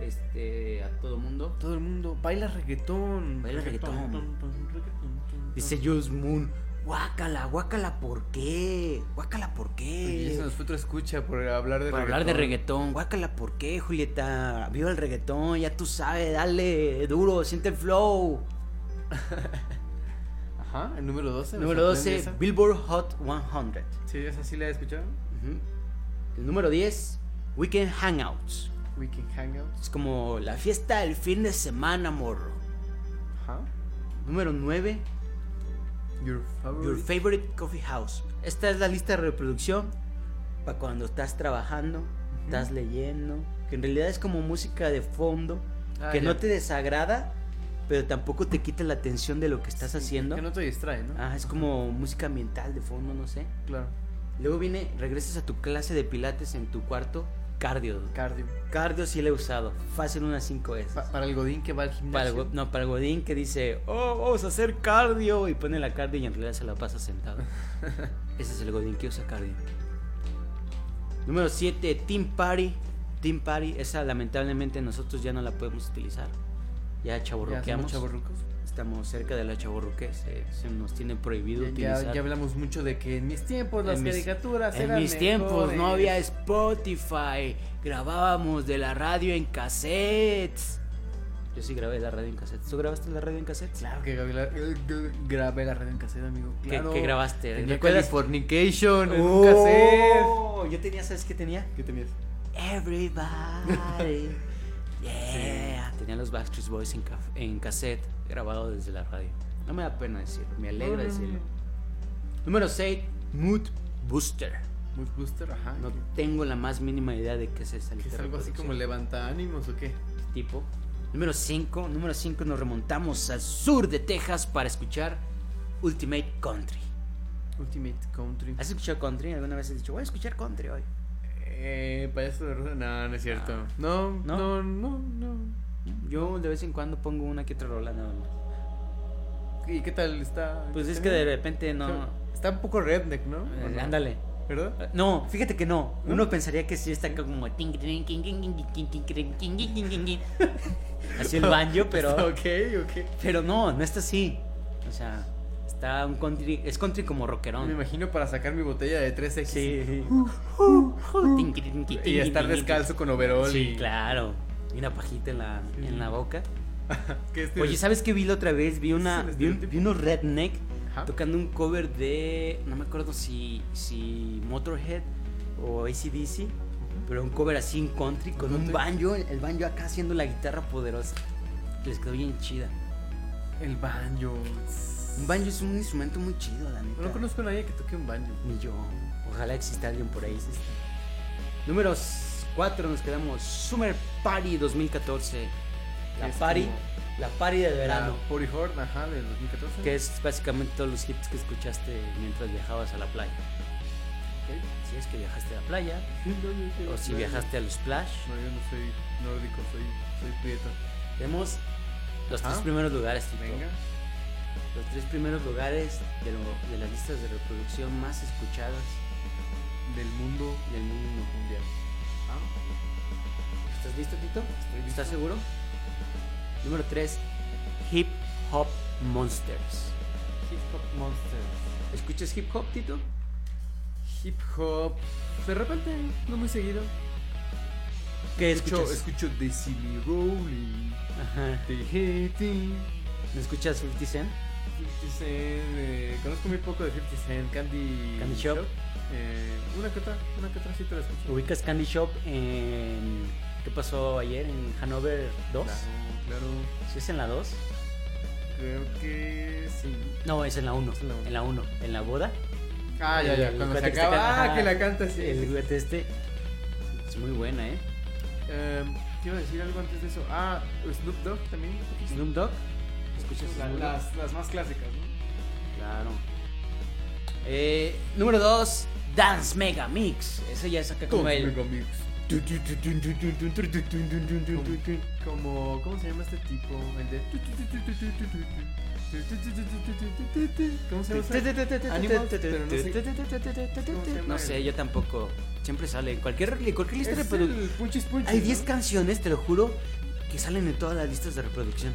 Speaker 2: este, este a todo mundo.
Speaker 1: Todo el mundo baila reggaetón.
Speaker 2: Baila reggaetón.
Speaker 1: Ton, ton, reggaetón, ton,
Speaker 2: Dice
Speaker 1: ton.
Speaker 2: Jules Moon, guácala, guácala, ¿por qué? Guácala, ¿por
Speaker 1: Oye, eso
Speaker 2: qué?
Speaker 1: nos otra escucha por hablar de reggaetón.
Speaker 2: Para hablar de reggaetón, guácala, ¿por qué, Julieta? Viva el reggaetón, ya tú sabes, dale, duro, siente el flow.
Speaker 1: Ajá, el número 12. me
Speaker 2: Número
Speaker 1: sorprende
Speaker 2: 12,
Speaker 1: esa.
Speaker 2: Billboard Hot 100.
Speaker 1: Sí, esa sí la he escuchado.
Speaker 2: Ujú. El número 10, Weekend Hangouts.
Speaker 1: Weekend Hangouts.
Speaker 2: Es como la fiesta del fin de semana, morro.
Speaker 1: Ajá.
Speaker 2: Número 9,
Speaker 1: Your favorite.
Speaker 2: Your Favorite Coffee House. Esta es la lista de reproducción para cuando estás trabajando, estás leyendo, que en realidad es como música de fondo,
Speaker 1: Ah,
Speaker 2: que
Speaker 1: ya.
Speaker 2: no te desagrada, pero tampoco te quita la atención de lo que estás haciendo.
Speaker 1: Que no te distrae, ¿no?
Speaker 2: Ah, es como música ambiental de fondo, no sé.
Speaker 1: Claro.
Speaker 2: Luego viene, regresas a tu clase de pilates en tu cuarto, cardio.
Speaker 1: Cardio.
Speaker 2: Cardio sí lo he usado, fácil unas 5 veces.
Speaker 1: Pa- para el godín que va al gimnasio.
Speaker 2: Para el, go- no, para el Godín que dice, oh, vamos a hacer cardio. Y pone la cardio y en realidad se la pasa sentado. Ese es el Godín que usa cardio. Número 7, Team Party. Team Party, esa lamentablemente nosotros ya no la podemos utilizar. Ya
Speaker 1: Ya somos
Speaker 2: chaborroqueamos.
Speaker 1: chavorrucos.
Speaker 2: Estamos cerca de la chaborroque. Se, se nos tiene prohibido
Speaker 1: Ya- Ya,
Speaker 2: utilizar.
Speaker 1: ya hablamos mucho de que en mis tiempos las
Speaker 2: En mis-
Speaker 1: caricaturas
Speaker 2: En
Speaker 1: eran
Speaker 2: mis tiempos no
Speaker 1: mejores.
Speaker 2: había Spotify. Grabábamos de la radio en cassettes. Yo sí grabé la radio en cassettes. ¿Tú grabaste la radio en cassettes?
Speaker 1: Claro que grabé la, eh, g- grabé la red en cassette, amigo.
Speaker 2: ¿Qué-
Speaker 1: Claro.
Speaker 2: qué grabaste?
Speaker 1: Tenía
Speaker 2: ¿Recuerdas?
Speaker 1: Californication en un cassette.
Speaker 2: Oh, Yo tenía, ¿sabes qué tenía?
Speaker 1: ¿Qué tenías?
Speaker 2: Everybody. Yeah. Tenía los Backstreet Boys en, ca- en cassette grabado desde la radio. No me da pena decirlo, me
Speaker 1: No,
Speaker 2: alegra
Speaker 1: no, no,
Speaker 2: decirlo. Número 6, Mood Booster.
Speaker 1: Mood Booster, ajá.
Speaker 2: No tengo la más mínima idea de qué es esa
Speaker 1: que
Speaker 2: lista
Speaker 1: es
Speaker 2: de
Speaker 1: algo así
Speaker 2: reproducción.
Speaker 1: como levanta ánimos o qué.
Speaker 2: tipo. Número 5, número 5 nos remontamos al sur de Texas para escuchar Ultimate Country.
Speaker 1: Ultimate Country.
Speaker 2: ¿Has escuchado country? ¿Alguna vez has dicho, voy a escuchar country hoy?
Speaker 1: Eh, payaso de rosa. No, no es cierto. No,
Speaker 2: Ah.
Speaker 1: no,
Speaker 2: ¿No?
Speaker 1: no, no,
Speaker 2: Yo de vez en cuando pongo una que otra rola nada más.
Speaker 1: ¿Y qué tal está?
Speaker 2: Pues es
Speaker 1: está
Speaker 2: que de
Speaker 1: bien?
Speaker 2: repente no.
Speaker 1: Está un poco redneck, ¿no? ¿O
Speaker 2: Eh,
Speaker 1: no?
Speaker 2: Ándale.
Speaker 1: ¿Verdad?
Speaker 2: No, fíjate que no. Uno pensaría que sí está como. ting, ting, ting, ting, ting, ting, ting, ting, ting, ting, ting, ting, ting. Así el banjo, pero.
Speaker 1: ok, ok.
Speaker 2: Pero no, no está así. O sea, está un country. Es country como
Speaker 1: Me
Speaker 2: rockerón.
Speaker 1: imagino para sacar mi botella de 3X.
Speaker 2: Sí. Uh, Ting, ting, ting, ting,
Speaker 1: Y
Speaker 2: ting,
Speaker 1: estar
Speaker 2: ting, ting.
Speaker 1: descalzo con overol.
Speaker 2: Sí,
Speaker 1: y-
Speaker 2: claro. Y una pajita en la, en la boca.
Speaker 1: que este-
Speaker 2: Oye, ¿sabes qué vi la otra vez? Vi una
Speaker 1: Es el
Speaker 2: vi, un-
Speaker 1: estereotipo.
Speaker 2: vi unos redneck
Speaker 1: Ajá.
Speaker 2: tocando un cover de no me acuerdo si si Motorhead o ACDC, pero un cover así en country con un
Speaker 1: country.
Speaker 2: banjo, el banjo acá haciendo la guitarra poderosa. Les quedó bien chida.
Speaker 1: El baño.
Speaker 2: Un banjo es un instrumento muy chido, la neta.
Speaker 1: No conozco a nadie que toque un baño.
Speaker 2: Ni yo. Ojalá exista alguien por ahí. existe. Número 4 nos quedamos Summer Party 2014. La
Speaker 1: Es
Speaker 2: party,
Speaker 1: como-
Speaker 2: la party de verano.
Speaker 1: La Party Horn, ajá, del 2014.
Speaker 2: Que es básicamente todos los hits que escuchaste mientras viajabas a la playa.
Speaker 1: Ok.
Speaker 2: Si es que viajaste a la playa, o si viajaste al splash.
Speaker 1: No, yo no soy nórdico, soy, soy prieto.
Speaker 2: Tenemos los tres
Speaker 1: Ah.
Speaker 2: primeros lugares, Tito.
Speaker 1: Venga.
Speaker 2: Los tres primeros lugares de, lo- de las listas de reproducción más escuchadas
Speaker 1: Del mundo
Speaker 2: del mundo.
Speaker 1: mundial.
Speaker 2: Ah. ¿Estás listo, Tito?
Speaker 1: listo.
Speaker 2: ¿Estás seguro? Número 3, Hip Hop Monsters.
Speaker 1: Hip Hop Monsters.
Speaker 2: ¿Escuchas hip hop, Tito?
Speaker 1: Hip Hop. De repente, no muy seguido.
Speaker 2: ¿Qué
Speaker 1: Escucho,
Speaker 2: escuchas?
Speaker 1: escucho The Silly Rolling.
Speaker 2: Ajá.
Speaker 1: The Hating.
Speaker 2: ¿No escuchas 50 Cent?
Speaker 1: 50 Cent, eh, conozco muy poco de 50 Cent, Candy,
Speaker 2: Candy Shop.
Speaker 1: eh, una que otra, una que otra sí te la escucho.
Speaker 2: ¿Ubicas Candy Shop en. ¿Qué pasó ayer? ¿En Hanover 2?
Speaker 1: Claro, claro,
Speaker 2: ¿Sí es en la 2?
Speaker 1: creo que sí.
Speaker 2: No, es en la 1.
Speaker 1: Es en la uno.
Speaker 2: En la 1. En la boda.
Speaker 1: Ah, ya, ya,
Speaker 2: El
Speaker 1: cuando se
Speaker 2: cuate que
Speaker 1: acaba,
Speaker 2: está-
Speaker 1: ah,
Speaker 2: ajá.
Speaker 1: que la canta, sí.
Speaker 2: El juguete este. Es muy buena, ¿eh?
Speaker 1: Eh, te iba a decir algo antes de eso, ah, Snoop Dogg también.
Speaker 2: Snoop Dogg. ¿Escuchas
Speaker 1: La-
Speaker 2: Snoop Dogg?
Speaker 1: las, las más clásicas, ¿no?
Speaker 2: Claro. Eh, número 2. Dance Mega Mix. Ese ya es acá como el.
Speaker 1: Megamix. Como, ¿cómo se llama este tipo? El de... ¿Cómo se llama? ese? Animals, pero no sé-
Speaker 2: No sé, yo tampoco. Siempre sale. En cualquier, en cualquier lista de
Speaker 1: Es
Speaker 2: reproducción.
Speaker 1: el Punchis Punchis,
Speaker 2: Hay
Speaker 1: ¿no?
Speaker 2: 10 canciones, te lo juro, que salen en todas las listas de reproducción.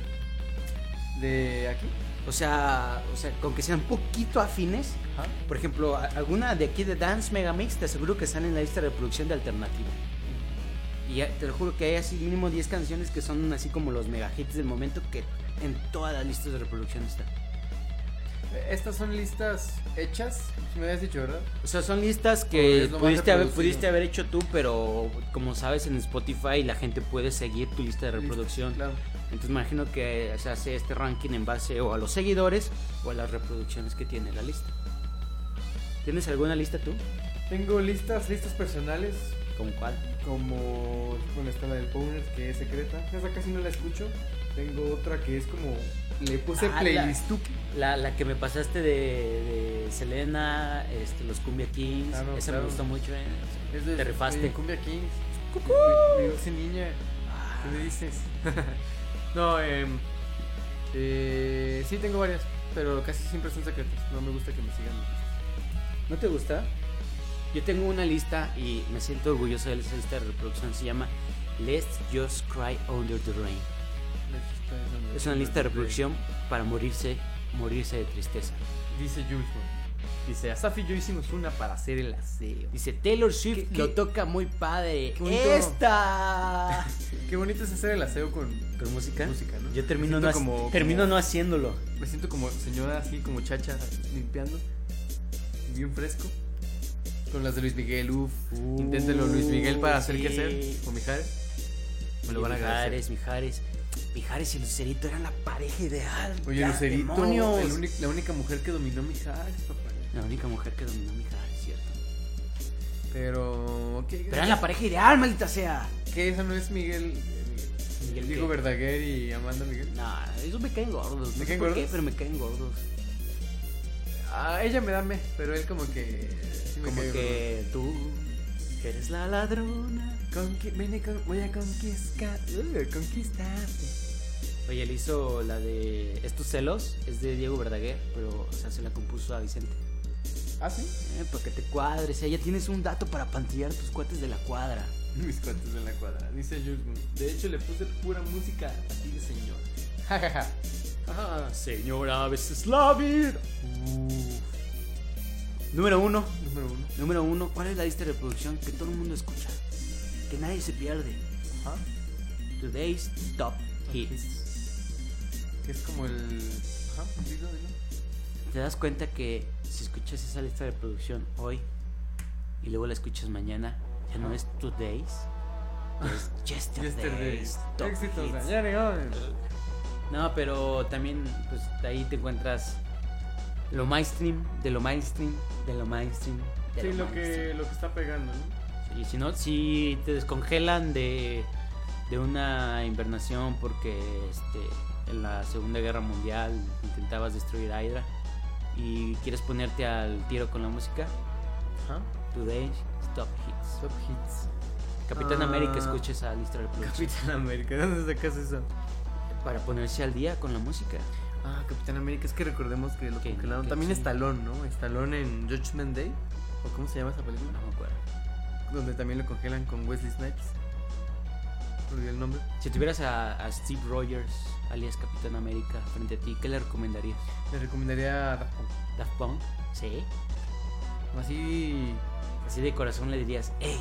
Speaker 1: ¿De aquí?
Speaker 2: O sea, o sea, con que sean poquito afines.
Speaker 1: Ajá.
Speaker 2: Por ejemplo, a- alguna de aquí de Dance Megamix, te aseguro que sale en la lista de reproducción de alternativa. Y ya- te lo juro que hay así mínimo 10 canciones que son así como los mega hits del momento que en todas las listas de reproducción están.
Speaker 1: Estas son listas hechas, si me habías dicho, ¿verdad?
Speaker 2: O sea, son listas
Speaker 1: Pues
Speaker 2: que
Speaker 1: es lo más
Speaker 2: pudiste haber,
Speaker 1: reproducido.
Speaker 2: pudiste haber hecho tú, pero como sabes en Spotify la gente puede seguir tu lista de reproducción.
Speaker 1: Claro.
Speaker 2: Entonces me imagino que se hace este ranking en base o a los seguidores o a las reproducciones que tiene la lista. ¿Tienes alguna lista tú?
Speaker 1: Tengo listas, listas personales,
Speaker 2: ¿Con cuál?
Speaker 1: Como, bueno, está la del Powner, que es secreta. Esa casi no la escucho. Tengo otra que es como, le puse
Speaker 2: Ah, la-
Speaker 1: playlist tú.
Speaker 2: La, la que me pasaste de, de Selena, este, los Cumbia Kings,
Speaker 1: Ah, no,
Speaker 2: esa
Speaker 1: claro.
Speaker 2: me gustó mucho. eh.
Speaker 1: Es de
Speaker 2: Te rifaste.
Speaker 1: de Cumbia Kings. Mi, mi dulce niña. ¿Qué me dices? no, eh, eh, sí tengo varias, pero casi siempre son secretas. No me gusta que me sigan.
Speaker 2: ¿No te gusta? Yo tengo una lista y me siento orgulloso de esa lista de reproducción. Se llama Let's Just Cry Under the Rain. Es una lista de reproducción para morirse, morirse de tristeza.
Speaker 1: Dice Jules. güey. Dice, Asafi y yo hicimos una para hacer el aseo.
Speaker 2: Dice Taylor Swift
Speaker 1: ¿Qué-
Speaker 2: lo
Speaker 1: qué-
Speaker 2: toca muy padre.
Speaker 1: qué bonito?
Speaker 2: Esta.
Speaker 1: Qué bonito es hacer el aseo con...
Speaker 2: ¿Con música?
Speaker 1: Música, ¿no?
Speaker 2: Yo termino,
Speaker 1: Me
Speaker 2: no,
Speaker 1: siento
Speaker 2: ha-
Speaker 1: como-
Speaker 2: termino
Speaker 1: como-
Speaker 2: no haciéndolo.
Speaker 1: Me siento como señora así, como chacha, limpiando. Bien fresco. Con las de Luis Miguel, uff.
Speaker 2: Uh,
Speaker 1: Inténtelo Luis Miguel para hacer
Speaker 2: sí.
Speaker 1: qué hacer. Con Mijares. Me lo
Speaker 2: Y
Speaker 1: van a agradecer.
Speaker 2: Mijares, Mijares. Mijares y Lucerito eran la pareja ideal.
Speaker 1: Oye,
Speaker 2: ¡Ya,
Speaker 1: Lucerito,
Speaker 2: demonios!
Speaker 1: el único- la única mujer que dominó Mijares, papá.
Speaker 2: La única mujer que dominó Mijares, cierto.
Speaker 1: Pero. ¿qué,
Speaker 2: Pero eran la pareja ideal, maldita sea.
Speaker 1: ¿Qué? Esa no es Miguel. eh,
Speaker 2: Miguel
Speaker 1: Diego
Speaker 2: qué?
Speaker 1: Verdaguer y Amanda Miguel.
Speaker 2: Nah, ellos me caen gordos.
Speaker 1: ¿Me
Speaker 2: No sé
Speaker 1: caen
Speaker 2: por
Speaker 1: gordos?
Speaker 2: qué, pero me caen gordos.
Speaker 1: Ah, ella me dame, pero él como que. sí me
Speaker 2: Como
Speaker 1: cae gordo.
Speaker 2: que tú que eres la ladrona.
Speaker 1: Conqui- vine con- voy a conquistar. uh, conquistarte.
Speaker 2: Oye, él hizo la de Estos celos, es de Diego Verdaguer, pero o sea, se la compuso a Vicente.
Speaker 1: ¿Ah, sí?
Speaker 2: Eh, para que te cuadres, eh, ya tienes un dato para pantillar tus cuates de la cuadra.
Speaker 1: Mis cuates de la cuadra, dice Jules Moon. De hecho, le puse pura música así de señor. Jajaja.
Speaker 2: señora, a veces la vida. Número uno.
Speaker 1: Número uno.
Speaker 2: Número uno, ¿cuál es la lista de reproducción que todo el mundo escucha? Que nadie se pierde.
Speaker 1: Ajá.
Speaker 2: Today's Top Hits.
Speaker 1: Que es como el. Ajá, dilo, dilo.
Speaker 2: Te das cuenta que si escuchas esa lista de reproducción hoy y luego la escuchas mañana, ya no es Today's, es Yesterday's,
Speaker 1: Yesterday's.
Speaker 2: Top
Speaker 1: este Éxitos ¿eh? de
Speaker 2: Hits.
Speaker 1: ayer y hoy.
Speaker 2: No, pero también, pues ahí te encuentras lo mainstream, de lo mainstream, de lo mainstream, de
Speaker 1: Sí,
Speaker 2: lo,
Speaker 1: lo que,
Speaker 2: mainstream.
Speaker 1: lo que está pegando, ¿no?
Speaker 2: Y si no, si te descongelan de, de una invernación porque este, en la Segunda Guerra Mundial intentabas destruir a Hydra y quieres ponerte al tiro con la música,
Speaker 1: Ajá.
Speaker 2: Today Stop Hits.
Speaker 1: Top hits.
Speaker 2: Capitán
Speaker 1: Ah.
Speaker 2: América escucha esa lista de reproducción
Speaker 1: Capitán América, ¿de dónde sacas eso?
Speaker 2: para ponerse al día con la música.
Speaker 1: Ah, Capitán América, es que recordemos que lo
Speaker 2: Que-
Speaker 1: congelaron.
Speaker 2: que
Speaker 1: También
Speaker 2: sí.
Speaker 1: Estalón, ¿no? Estalón en Judgment Day. ¿O cómo se llama esa película?
Speaker 2: No me acuerdo.
Speaker 1: Donde también lo congelan con Wesley Snipes. Olvidé el nombre.
Speaker 2: Si tuvieras a, a Steve Rogers, alias Capitán América, frente a ti, ¿qué le recomendarías?
Speaker 1: Le recomendaría a Daft Punk.
Speaker 2: ¿Daft Punk? Sí.
Speaker 1: Así,
Speaker 2: Así de corazón le dirías, hey,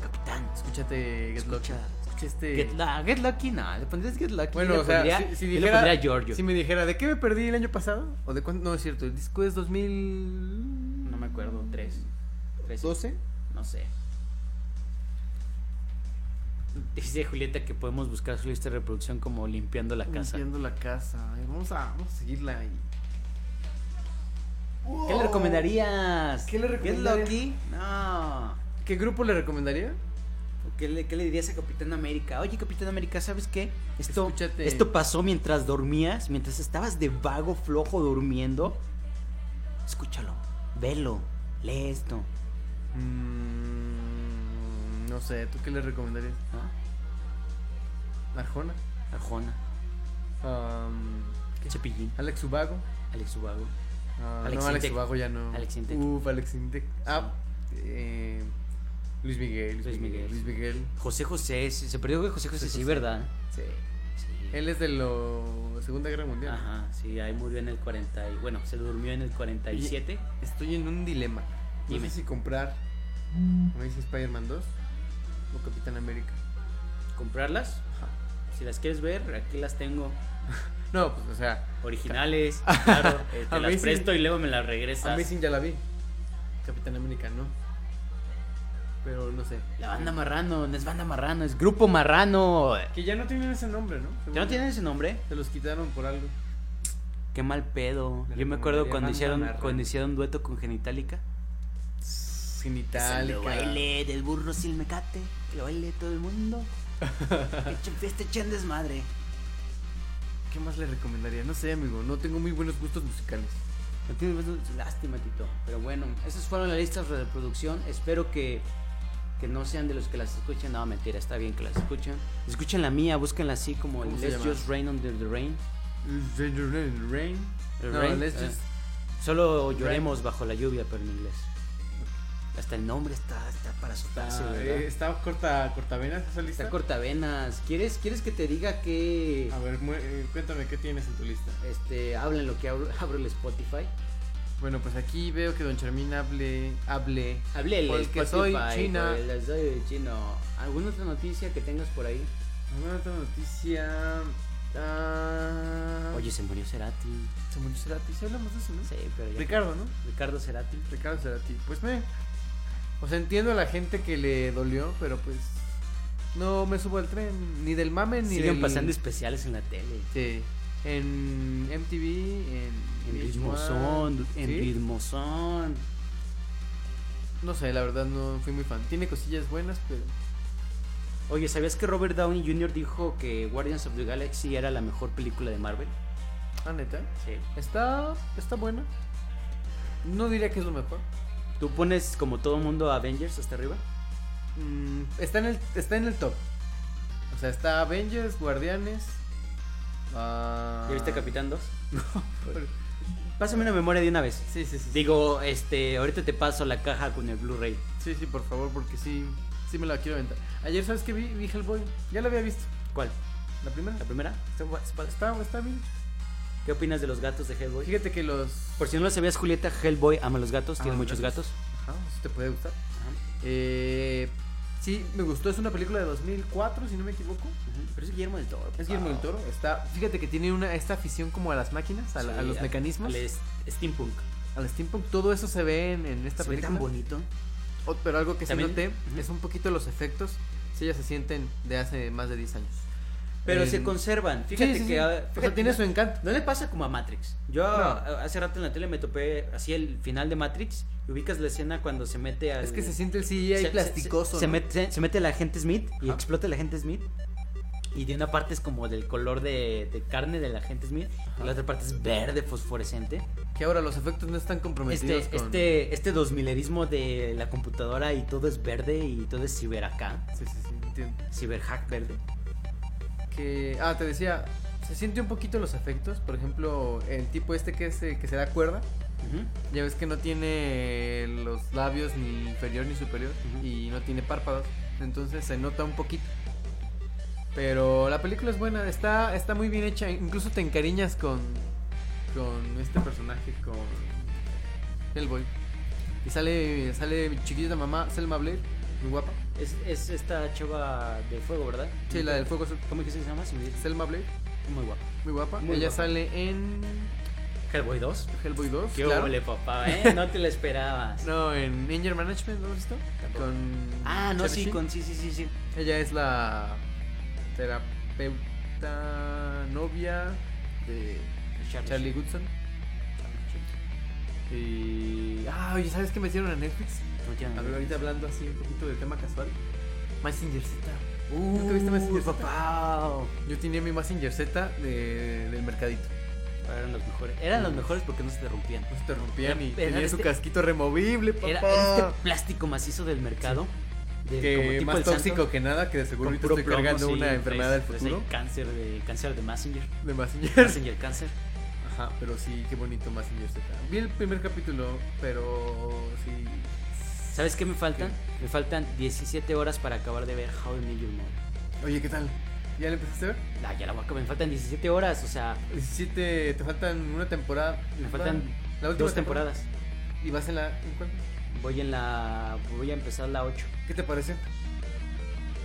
Speaker 2: Capitán,
Speaker 1: escúchate, Get
Speaker 2: escucha,
Speaker 1: Lucky. Este...
Speaker 2: Get, la, get Lucky, no, le pondrías Get Lucky.
Speaker 1: Bueno,
Speaker 2: yo le
Speaker 1: o sea,
Speaker 2: pondría,
Speaker 1: si, si
Speaker 2: yo le
Speaker 1: dijera,
Speaker 2: pondría Giorgio.
Speaker 1: si me dijera, ¿de qué me perdí el año pasado? ¿O de cuándo? No, es cierto, el disco es 2012.
Speaker 2: No me acuerdo, tres. tres No sé. Dice Julieta que podemos buscar su lista de reproducción como limpiando la casa.
Speaker 1: Limpiando la casa. Ay, Vamos a, vamos a seguirla ahí.
Speaker 2: ¿Qué le recomendarías?
Speaker 1: ¿Qué le recomendaría?
Speaker 2: Get Lucky? No.
Speaker 1: ¿Qué grupo le recomendaría?
Speaker 2: ¿Qué le, qué le dirías a Capitán América? Oye, Capitán América, ¿sabes qué? Esto,
Speaker 1: Escúchate.
Speaker 2: esto pasó mientras dormías, mientras estabas de vago, flojo, durmiendo. Escúchalo, velo, lee esto.
Speaker 1: Mm, no sé, ¿tú qué le recomendarías?
Speaker 2: ¿Ah?
Speaker 1: Arjona. Um,
Speaker 2: Arjona,
Speaker 1: Am,
Speaker 2: Chapillín,
Speaker 1: Alex Ubago.
Speaker 2: Alex Ubago,
Speaker 1: Ah,
Speaker 2: Alex
Speaker 1: no, Alex
Speaker 2: Intec.
Speaker 1: Ubago ya no.
Speaker 2: Alex Intec.
Speaker 1: Uf, Alex Intec. Ah, eh, Luis Miguel. Luis,
Speaker 2: Luis
Speaker 1: Miguel.
Speaker 2: Miguel.
Speaker 1: Luis Miguel.
Speaker 2: José José, sí, se perdió que José José,
Speaker 1: José
Speaker 2: sí,
Speaker 1: José.
Speaker 2: ¿verdad?
Speaker 1: Sí.
Speaker 2: Sí.
Speaker 1: Él es de la Segunda Guerra Mundial.
Speaker 2: Ajá, sí, ahí murió en el 40 y, bueno, se durmió en el 47.
Speaker 1: Estoy en un dilema. No
Speaker 2: Dime.
Speaker 1: sé si comprar Amazing Spider-Man 2 o Capitán América.
Speaker 2: ¿Comprarlas?
Speaker 1: Ajá.
Speaker 2: Si las quieres ver, aquí las tengo.
Speaker 1: No, pues o sea,
Speaker 2: Originales, claro. eh, te las
Speaker 1: Amazing.
Speaker 2: presto y luego me las regresas.
Speaker 1: Amazing ya la vi. Capitán América no. Pero no sé.
Speaker 2: La banda marrano, no es banda marrano, es grupo marrano.
Speaker 1: Que ya no tienen ese nombre, ¿no? Según
Speaker 2: ¿Ya no
Speaker 1: yo.
Speaker 2: tienen ese nombre?
Speaker 1: Se los quitaron por algo.
Speaker 2: Qué mal pedo.
Speaker 1: Me
Speaker 2: Yo me acuerdo
Speaker 1: recomendaría
Speaker 2: cuando
Speaker 1: banda
Speaker 2: hicieron,
Speaker 1: marrano.
Speaker 2: cuando hicieron dueto con Genitalica.
Speaker 1: genital.
Speaker 2: Lo baile del burro sin mecate, que lo baile todo el mundo. Echen fiesta, echen desmadre.
Speaker 1: ¿Qué más le recomendaría? No sé, amigo. No tengo muy buenos gustos musicales.
Speaker 2: No tienes más- Lástima, Tito. Pero bueno, esas fueron las listas de reproducción. Espero que, que no sean de los que las escuchen. No, mentira, está bien que las escuchen. Escuchen la mía, búsquenla así como
Speaker 1: ¿Cómo
Speaker 2: el
Speaker 1: se
Speaker 2: Let's
Speaker 1: llama?
Speaker 2: Just Rain Under the Rain.
Speaker 1: Rain.
Speaker 2: El
Speaker 1: No,
Speaker 2: Rain,
Speaker 1: let's
Speaker 2: eh.
Speaker 1: just-
Speaker 2: Solo
Speaker 1: Rain.
Speaker 2: lloremos bajo la lluvia, pero en inglés. Hasta el nombre está, está para asustarse,
Speaker 1: Está,
Speaker 2: ¿verdad?
Speaker 1: eh, está corta, cortavenas esa lista.
Speaker 2: Está cortavenas. ¿Quieres, ¿Quieres que te diga que
Speaker 1: A ver, mu- eh, cuéntame qué tienes en tu lista.
Speaker 2: este, hablen lo que abro, abro el Spotify?
Speaker 1: Bueno, pues aquí veo que Don Charmín hable, hable.
Speaker 2: Hablé el
Speaker 1: Porque
Speaker 2: Spotify.
Speaker 1: soy china.
Speaker 2: porque les soy chino. ¿Alguna otra noticia que tengas por ahí?
Speaker 1: Alguna otra noticia. Ah,
Speaker 2: Oye, se murió Cerati.
Speaker 1: se murió Cerati. Sí hablamos de eso, ¿no?
Speaker 2: Sí, pero ya.
Speaker 1: Ricardo, ¿no?
Speaker 2: Ricardo Cerati.
Speaker 1: Ricardo Cerati. Pues me. O sea, entiendo a la gente que le dolió, pero pues. No me subo al tren. Ni del mame, ni
Speaker 2: Siguen
Speaker 1: del.
Speaker 2: pasando especiales en la tele.
Speaker 1: Sí. En MTV, en.
Speaker 2: En
Speaker 1: VH1,
Speaker 2: Ritmozón, en
Speaker 1: ¿sí?
Speaker 2: Ritmozón.
Speaker 1: No sé, la verdad no fui muy fan. Tiene cosillas buenas, pero.
Speaker 2: Oye, ¿sabías que Robert Downey Jr. dijo que Guardians of the Galaxy era la mejor película de Marvel?
Speaker 1: Ah, neta.
Speaker 2: Sí.
Speaker 1: Está. Está buena. No diría que es lo mejor.
Speaker 2: ¿Tú pones como todo mundo a Avengers hasta arriba?
Speaker 1: Mm, está, en el, está en el top. O sea, está Avengers, Guardianes. ah,
Speaker 2: ¿Ya viste Capitán 2? Pásame una memoria de una vez.
Speaker 1: Sí, sí, sí. sí.
Speaker 2: Digo, este, ahorita te paso la caja con el Blu-ray.
Speaker 1: Sí, sí, por favor, porque sí, sí me la quiero aventar. Ayer, ¿sabes qué vi? Vi Hellboy. Ya la había visto.
Speaker 2: ¿Cuál?
Speaker 1: La primera.
Speaker 2: ¿La primera?
Speaker 1: Está, bu- está- está- está bien.
Speaker 2: ¿Qué opinas de los gatos de Hellboy?
Speaker 1: Fíjate que los...
Speaker 2: Por si no lo sabías, Julieta Hellboy ama los gatos,
Speaker 1: Ah,
Speaker 2: tiene muchos
Speaker 1: gatos.
Speaker 2: gatos.
Speaker 1: Ajá, eso Ah, te puede gustar. Eh, sí, me gustó. Es una película de 2004, si no me equivoco.
Speaker 2: Ujú, Pero es Guillermo del Toro.
Speaker 1: Es Guillermo del Toro. Está, fíjate que tiene una esta afición como a las máquinas, a, la- a los mecanismos,
Speaker 2: Al es- steampunk.
Speaker 1: al steampunk. Todo eso se ve en, en esta
Speaker 2: Se ve
Speaker 1: película.
Speaker 2: tan bonito.
Speaker 1: O- pero algo que sí
Speaker 2: También-
Speaker 1: noté
Speaker 2: Ujú.
Speaker 1: es un poquito los efectos. Si ellas se sienten de hace más de 10 años.
Speaker 2: Pero
Speaker 1: Eh,
Speaker 2: se conservan.
Speaker 1: Sí,
Speaker 2: Fíjate
Speaker 1: sí, sí.
Speaker 2: que. ah,
Speaker 1: O sea,
Speaker 2: fíjate,
Speaker 1: tiene su encanto.
Speaker 2: No le pasa como a Matrix. Yo
Speaker 1: No.
Speaker 2: ah, hace rato en la tele me topé así el final de Matrix y ubicas la escena cuando se mete al.
Speaker 1: Es que se siente el CGI
Speaker 2: se-
Speaker 1: plasticoso.
Speaker 2: Se, se
Speaker 1: ¿no?
Speaker 2: mete, se mete el agente Smith y
Speaker 1: Ajá.
Speaker 2: explota el agente Smith. Y de una parte es como del color de, de carne del agente Smith, y la otra parte es verde fosforescente.
Speaker 1: Que ahora los efectos no están comprometidos
Speaker 2: Este,
Speaker 1: con...
Speaker 2: este, este 2000erismo de la computadora y todo es verde y todo es ciber acá,
Speaker 1: Sí, sí, sí, entiendo.
Speaker 2: ciberhack verde.
Speaker 1: Que... Ah, te decía, se siente un poquito los efectos. Por ejemplo, el tipo este que, es, eh, que se da cuerda. Ya ves que no tiene los labios ni inferior ni superior.
Speaker 2: Ujú.
Speaker 1: Y no tiene párpados. Entonces se nota un poquito. Pero la película es buena, está, está muy bien hecha. Incluso te encariñas con, con este personaje, con Hellboy. Y sale, sale mi chiquita mamá, Selma Blair, muy guapa.
Speaker 2: Es, es esta chava del fuego, ¿verdad?
Speaker 1: Sí, la del fuego azul.
Speaker 2: ¿Cómo es que se llama? Se me olvidó.
Speaker 1: Selma Blair,
Speaker 2: Muy guapa.
Speaker 1: muy guapa.
Speaker 2: Muy
Speaker 1: Ella
Speaker 2: guapa.
Speaker 1: sale en
Speaker 2: Hellboy 2.
Speaker 1: Hellboy 2.
Speaker 2: Qué
Speaker 1: claro.
Speaker 2: ole, papá, ¿eh? No te la esperabas.
Speaker 1: No, en Danger Management, ¿no lo has visto?
Speaker 2: Tampoco.
Speaker 1: Con
Speaker 2: Ah, no,
Speaker 1: Charlie
Speaker 2: sí,
Speaker 1: Sheen.
Speaker 2: con, sí, sí, sí, sí.
Speaker 1: Ella es la terapeuta novia de Charlie Goodson. Y. Ah, oye, ¿sabes qué me hicieron en Netflix?
Speaker 2: No tiene
Speaker 1: A ver,
Speaker 2: nombre.
Speaker 1: ahorita hablando así un poquito de tema casual. Massinger Z. ¿Nunca viste
Speaker 2: Uh,
Speaker 1: Massinger Z?
Speaker 2: papá.
Speaker 1: Yo tenía mi Massinger Z de- del mercadito.
Speaker 2: Eran los mejores. Eran los mejores porque no se te rompían.
Speaker 1: No se te rompían
Speaker 2: Era-
Speaker 1: y
Speaker 2: era
Speaker 1: tenía
Speaker 2: de
Speaker 1: su
Speaker 2: este-
Speaker 1: casquito removible, Pues papá.
Speaker 2: Era, era este plástico macizo del mercado. de- como
Speaker 1: que
Speaker 2: tipo
Speaker 1: más
Speaker 2: el santo,
Speaker 1: tóxico que nada, que de seguro
Speaker 2: con
Speaker 1: ahorita
Speaker 2: puro
Speaker 1: estoy
Speaker 2: plomo,
Speaker 1: cargando
Speaker 2: sí,
Speaker 1: una
Speaker 2: traes-
Speaker 1: enfermedad del
Speaker 2: traes
Speaker 1: futuro.
Speaker 2: ahí cáncer de, cáncer de Messenger.
Speaker 1: De Massinger.
Speaker 2: Messenger cáncer.
Speaker 1: Ajá, pero sí, qué bonito Massinger Z. Vi el primer capítulo, pero sí.
Speaker 2: ¿Sabes qué me faltan? Me faltan 17 horas para acabar de ver How I Met Your Mother.
Speaker 1: Oye, ¿qué tal? ¿Ya le empezaste a ver?
Speaker 2: La, ya la voy a acabar. Me faltan 17 horas, o sea,
Speaker 1: 17, te faltan una temporada.
Speaker 2: me faltan
Speaker 1: la última
Speaker 2: dos temporadas.
Speaker 1: ¿Y vas en la. ¿En cuál?
Speaker 2: Voy en la. Voy a empezar la 8.
Speaker 1: ¿Qué te parece?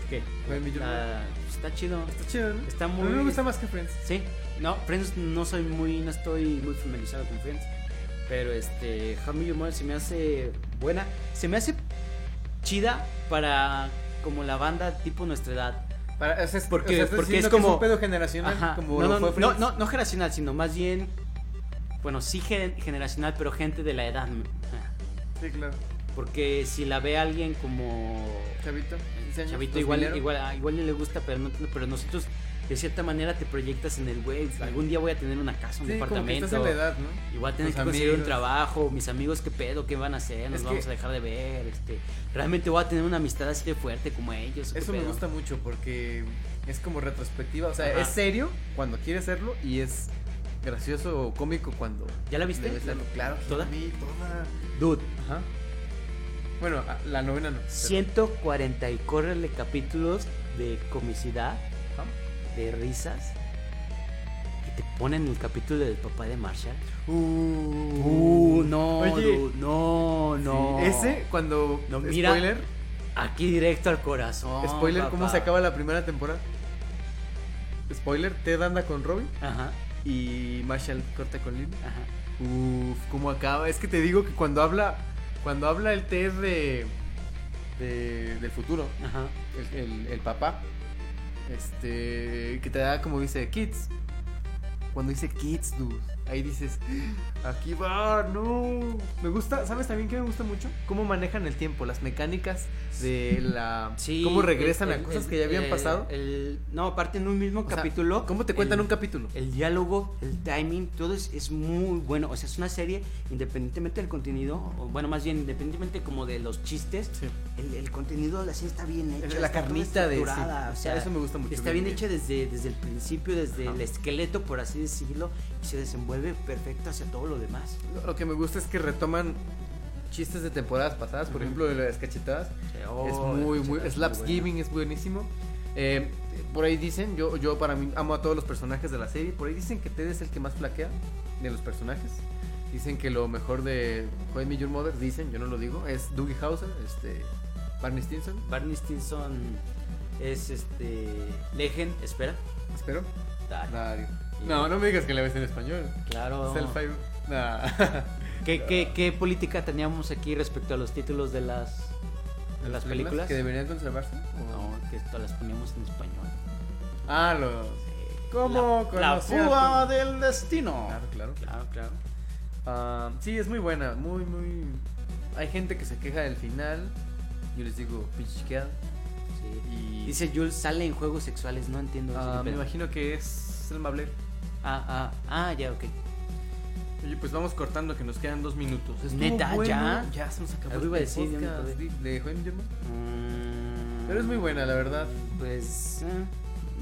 Speaker 2: ¿Qué?
Speaker 1: How I Met Your
Speaker 2: La- está chido.
Speaker 1: Está chido, ¿no?
Speaker 2: Está
Speaker 1: A mí me
Speaker 2: muy-
Speaker 1: gusta más que Friends.
Speaker 2: Sí, no, Friends no soy muy, no estoy muy familiarizado con Friends, pero este, How I Met Your Mother se me hace buena, se me hace chida para como la banda tipo nuestra edad.
Speaker 1: Para, o sea, es,
Speaker 2: Porque-
Speaker 1: o sea, estás
Speaker 2: porque
Speaker 1: diciendo
Speaker 2: es
Speaker 1: que
Speaker 2: como-
Speaker 1: un pedo generacional.
Speaker 2: Ajá,
Speaker 1: Como
Speaker 2: no,
Speaker 1: lo
Speaker 2: no,
Speaker 1: fue
Speaker 2: no,
Speaker 1: Friends.
Speaker 2: no, no generacional, sino más bien, bueno, sí gen- generacional, pero gente de la edad.
Speaker 1: Sí, claro.
Speaker 2: Porque si la ve alguien como
Speaker 1: Chavito, 15 años,
Speaker 2: chavito, igual,
Speaker 1: 2000ero.
Speaker 2: igual, ah, igual y le gusta, pero, no, pero nosotros de cierta manera te proyectas en el güey. Algún día voy a tener una casa, un
Speaker 1: Sí, como que
Speaker 2: departamento.
Speaker 1: estás en la edad, ¿no?
Speaker 2: Y voy a tener
Speaker 1: Tus
Speaker 2: que conseguir un
Speaker 1: amigos.
Speaker 2: trabajo, mis amigos qué pedo, qué van a hacer, nos
Speaker 1: Es
Speaker 2: vamos
Speaker 1: que-
Speaker 2: a dejar de ver, este, realmente voy a tener una amistad así de fuerte como ellos. ¿qué
Speaker 1: Eso me
Speaker 2: pedo?
Speaker 1: gusta mucho porque es como retrospectiva, o sea,
Speaker 2: Ajá.
Speaker 1: es serio cuando quiere hacerlo y es gracioso o cómico cuando
Speaker 2: ¿Ya la viste?
Speaker 1: debe serlo. Claro,
Speaker 2: ¿Toda?
Speaker 1: la vi toda.
Speaker 2: Dude,
Speaker 1: Ajá. Bueno, a- la novena no. pero-
Speaker 2: 140 y córrele capítulos de comicidad,
Speaker 1: Ajá.
Speaker 2: de risas. Y te ponen el capítulo del papá de Marshall. Uh, no,
Speaker 1: Mm. Oye.
Speaker 2: dude, no, no.
Speaker 1: Sí, Ese cuando eh,
Speaker 2: No, mira.
Speaker 1: spoiler,
Speaker 2: Aquí directo al corazón.
Speaker 1: spoiler cómo
Speaker 2: papá.
Speaker 1: se acaba la primera temporada. Spoiler, Ted anda con Robin
Speaker 2: Ajá,
Speaker 1: y Marshall corta con Lynn.
Speaker 2: ajá.
Speaker 1: Uf, cómo acaba. Es que te digo que cuando habla, cuando habla el Ted de, de- del futuro,
Speaker 2: Ajá.
Speaker 1: el, el- el papá, este, que te da como dice kids. Cuando dice kids, dude, ahí dices, aquí va, no. Me gusta, ¿sabes también que me gusta mucho? Cómo manejan el tiempo, las mecánicas de la,
Speaker 2: Sí,
Speaker 1: cómo regresan
Speaker 2: el-
Speaker 1: a cosas
Speaker 2: el-
Speaker 1: que ya habían
Speaker 2: el-
Speaker 1: pasado.
Speaker 2: el- no, aparte en un mismo
Speaker 1: O sea,
Speaker 2: capítulo.
Speaker 1: ¿Cómo te cuentan
Speaker 2: el-
Speaker 1: un capítulo?
Speaker 2: El diálogo, el timing, todo es, es muy bueno. O sea, es una serie, independientemente del contenido, o bueno, más bien, independientemente como de los chistes,
Speaker 1: Sí.
Speaker 2: el, el contenido de la serie está bien hecha.
Speaker 1: la
Speaker 2: está toda
Speaker 1: carnita de sí.
Speaker 2: estructurada, o sea,
Speaker 1: eso me gusta mucho.
Speaker 2: Está bien hecha desde, desde el principio, desde
Speaker 1: Ajá.
Speaker 2: el esqueleto, por así decirlo, y se desenvuelve perfecto hacia todo lo demás.
Speaker 1: Lo- Lo que me gusta es que retoman chistes de temporadas pasadas, por
Speaker 2: Ujú.
Speaker 1: ejemplo, de las cachetadas.
Speaker 2: Oh,
Speaker 1: es muy,
Speaker 2: es
Speaker 1: muy.
Speaker 2: muy
Speaker 1: Slaps
Speaker 2: buena.
Speaker 1: Giving es buenísimo. Eh, por ahí dicen, yo, yo para mí amo a todos los personajes de la serie. Por ahí dicen que Ted es el que más flaquea de los personajes. Dicen que lo mejor de Joy Your Mother, dicen, yo no lo digo, es Dougie Hauser, este, Barney Stinson,
Speaker 2: Barney Stinson es este. Legend, espera.
Speaker 1: espero.
Speaker 2: Dale.
Speaker 1: Nadie. No, no me digas que la ves en español.
Speaker 2: Claro.
Speaker 1: Es el five. Nah.
Speaker 2: ¿Qué, qué, qué política teníamos aquí respecto a los títulos de las, de las películas?
Speaker 1: ¿Que deberían conservarse? ¿O?
Speaker 2: No, que todas las poníamos en español.
Speaker 1: Ah, los.
Speaker 2: ¿Cómo La- la conocí a fuga tu-
Speaker 4: del destino.
Speaker 1: Claro, claro.
Speaker 2: Claro, claro.
Speaker 1: Ah, sí, es muy buena, muy, muy. Hay gente que se queja del final. Yo les digo, pinche chiqueada",
Speaker 2: Sí.
Speaker 1: Y.
Speaker 2: Dice Jules, sale en juegos sexuales, no entiendo eso.
Speaker 1: Ah,
Speaker 2: qué
Speaker 1: me
Speaker 2: pedo.
Speaker 1: imagino que es el Mabler.
Speaker 2: Ah, ah, ah, ya, ok.
Speaker 1: Oye, pues vamos cortando, que nos quedan dos minutos. Estuvo
Speaker 2: ¿Neta?
Speaker 1: bueno,
Speaker 2: ¿Ya?
Speaker 1: Ya se nos acabó
Speaker 2: Algo iba a decir, ya me
Speaker 1: podcast
Speaker 2: acordé.
Speaker 1: de, de Joaquín Germán.
Speaker 2: Mm,
Speaker 1: Pero es muy buena, la verdad.
Speaker 2: Pues. eh,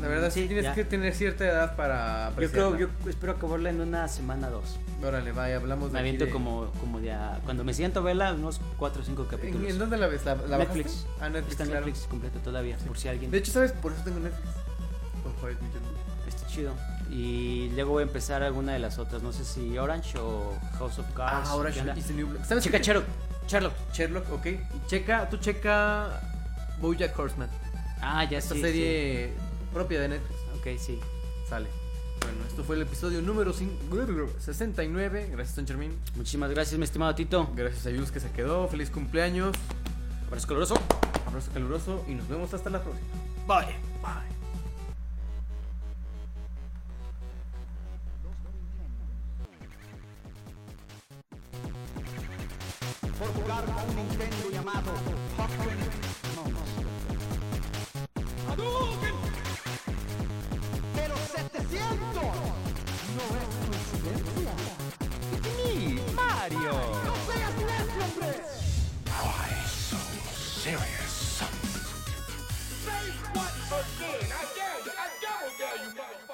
Speaker 1: La verdad, sí,
Speaker 2: sí,
Speaker 1: tienes
Speaker 2: ya.
Speaker 1: que tener cierta edad para.
Speaker 2: Yo creo,
Speaker 1: apreciarla.
Speaker 2: yo espero acabarla en una semana o dos.
Speaker 1: Órale, vaya, hablamos de.
Speaker 2: Me
Speaker 1: aquí
Speaker 2: aviento
Speaker 1: Pues de-
Speaker 2: como, como ya. Cuando me siento a verla, unos 4 o 5
Speaker 1: ¿En,
Speaker 2: capítulos.
Speaker 1: en dónde la ves? ¿La, la
Speaker 2: Netflix.
Speaker 1: bajaste? Ah, Netflix,
Speaker 2: Está en
Speaker 1: claro.
Speaker 2: Netflix completa todavía, por si alguien.
Speaker 1: De hecho, ¿sabes? Por eso tengo Netflix. Por Joaquín Germán.
Speaker 2: Está chido. Y luego voy a empezar alguna de las otras. No sé si Orange o House of Cards.
Speaker 1: Ah, ahora
Speaker 2: ¿qué onda?
Speaker 1: Sherlock is the New Black. ¿Sabes
Speaker 2: Checa
Speaker 1: qué?
Speaker 2: Sherlock. Sherlock.
Speaker 1: Sherlock, ok. Y checa, tú checa Bojack Horseman.
Speaker 2: Ah, ya
Speaker 1: Esta
Speaker 2: sí,
Speaker 1: serie propia de Netflix.
Speaker 2: sí. Ok, sí.
Speaker 1: Sale. Bueno, esto fue el episodio número cin- 69. Gracias, Don Germín.
Speaker 2: Muchísimas gracias, mi estimado Tito.
Speaker 1: Gracias a Jules que se quedó. Feliz cumpleaños.
Speaker 2: Abrazo coloroso.
Speaker 1: Abrazo caluroso y nos vemos hasta la próxima.
Speaker 2: Bye.
Speaker 1: Bye.
Speaker 3: por jugar con un Nintendo llamado Pokémon. ¡Hadouken! ¡Pero 700! ¡No es coincidencia! ¡It's me, Mario! ¡No seas nuestro, hombre! Why so serious? Say what again? I dare you! I double dare you, Mario!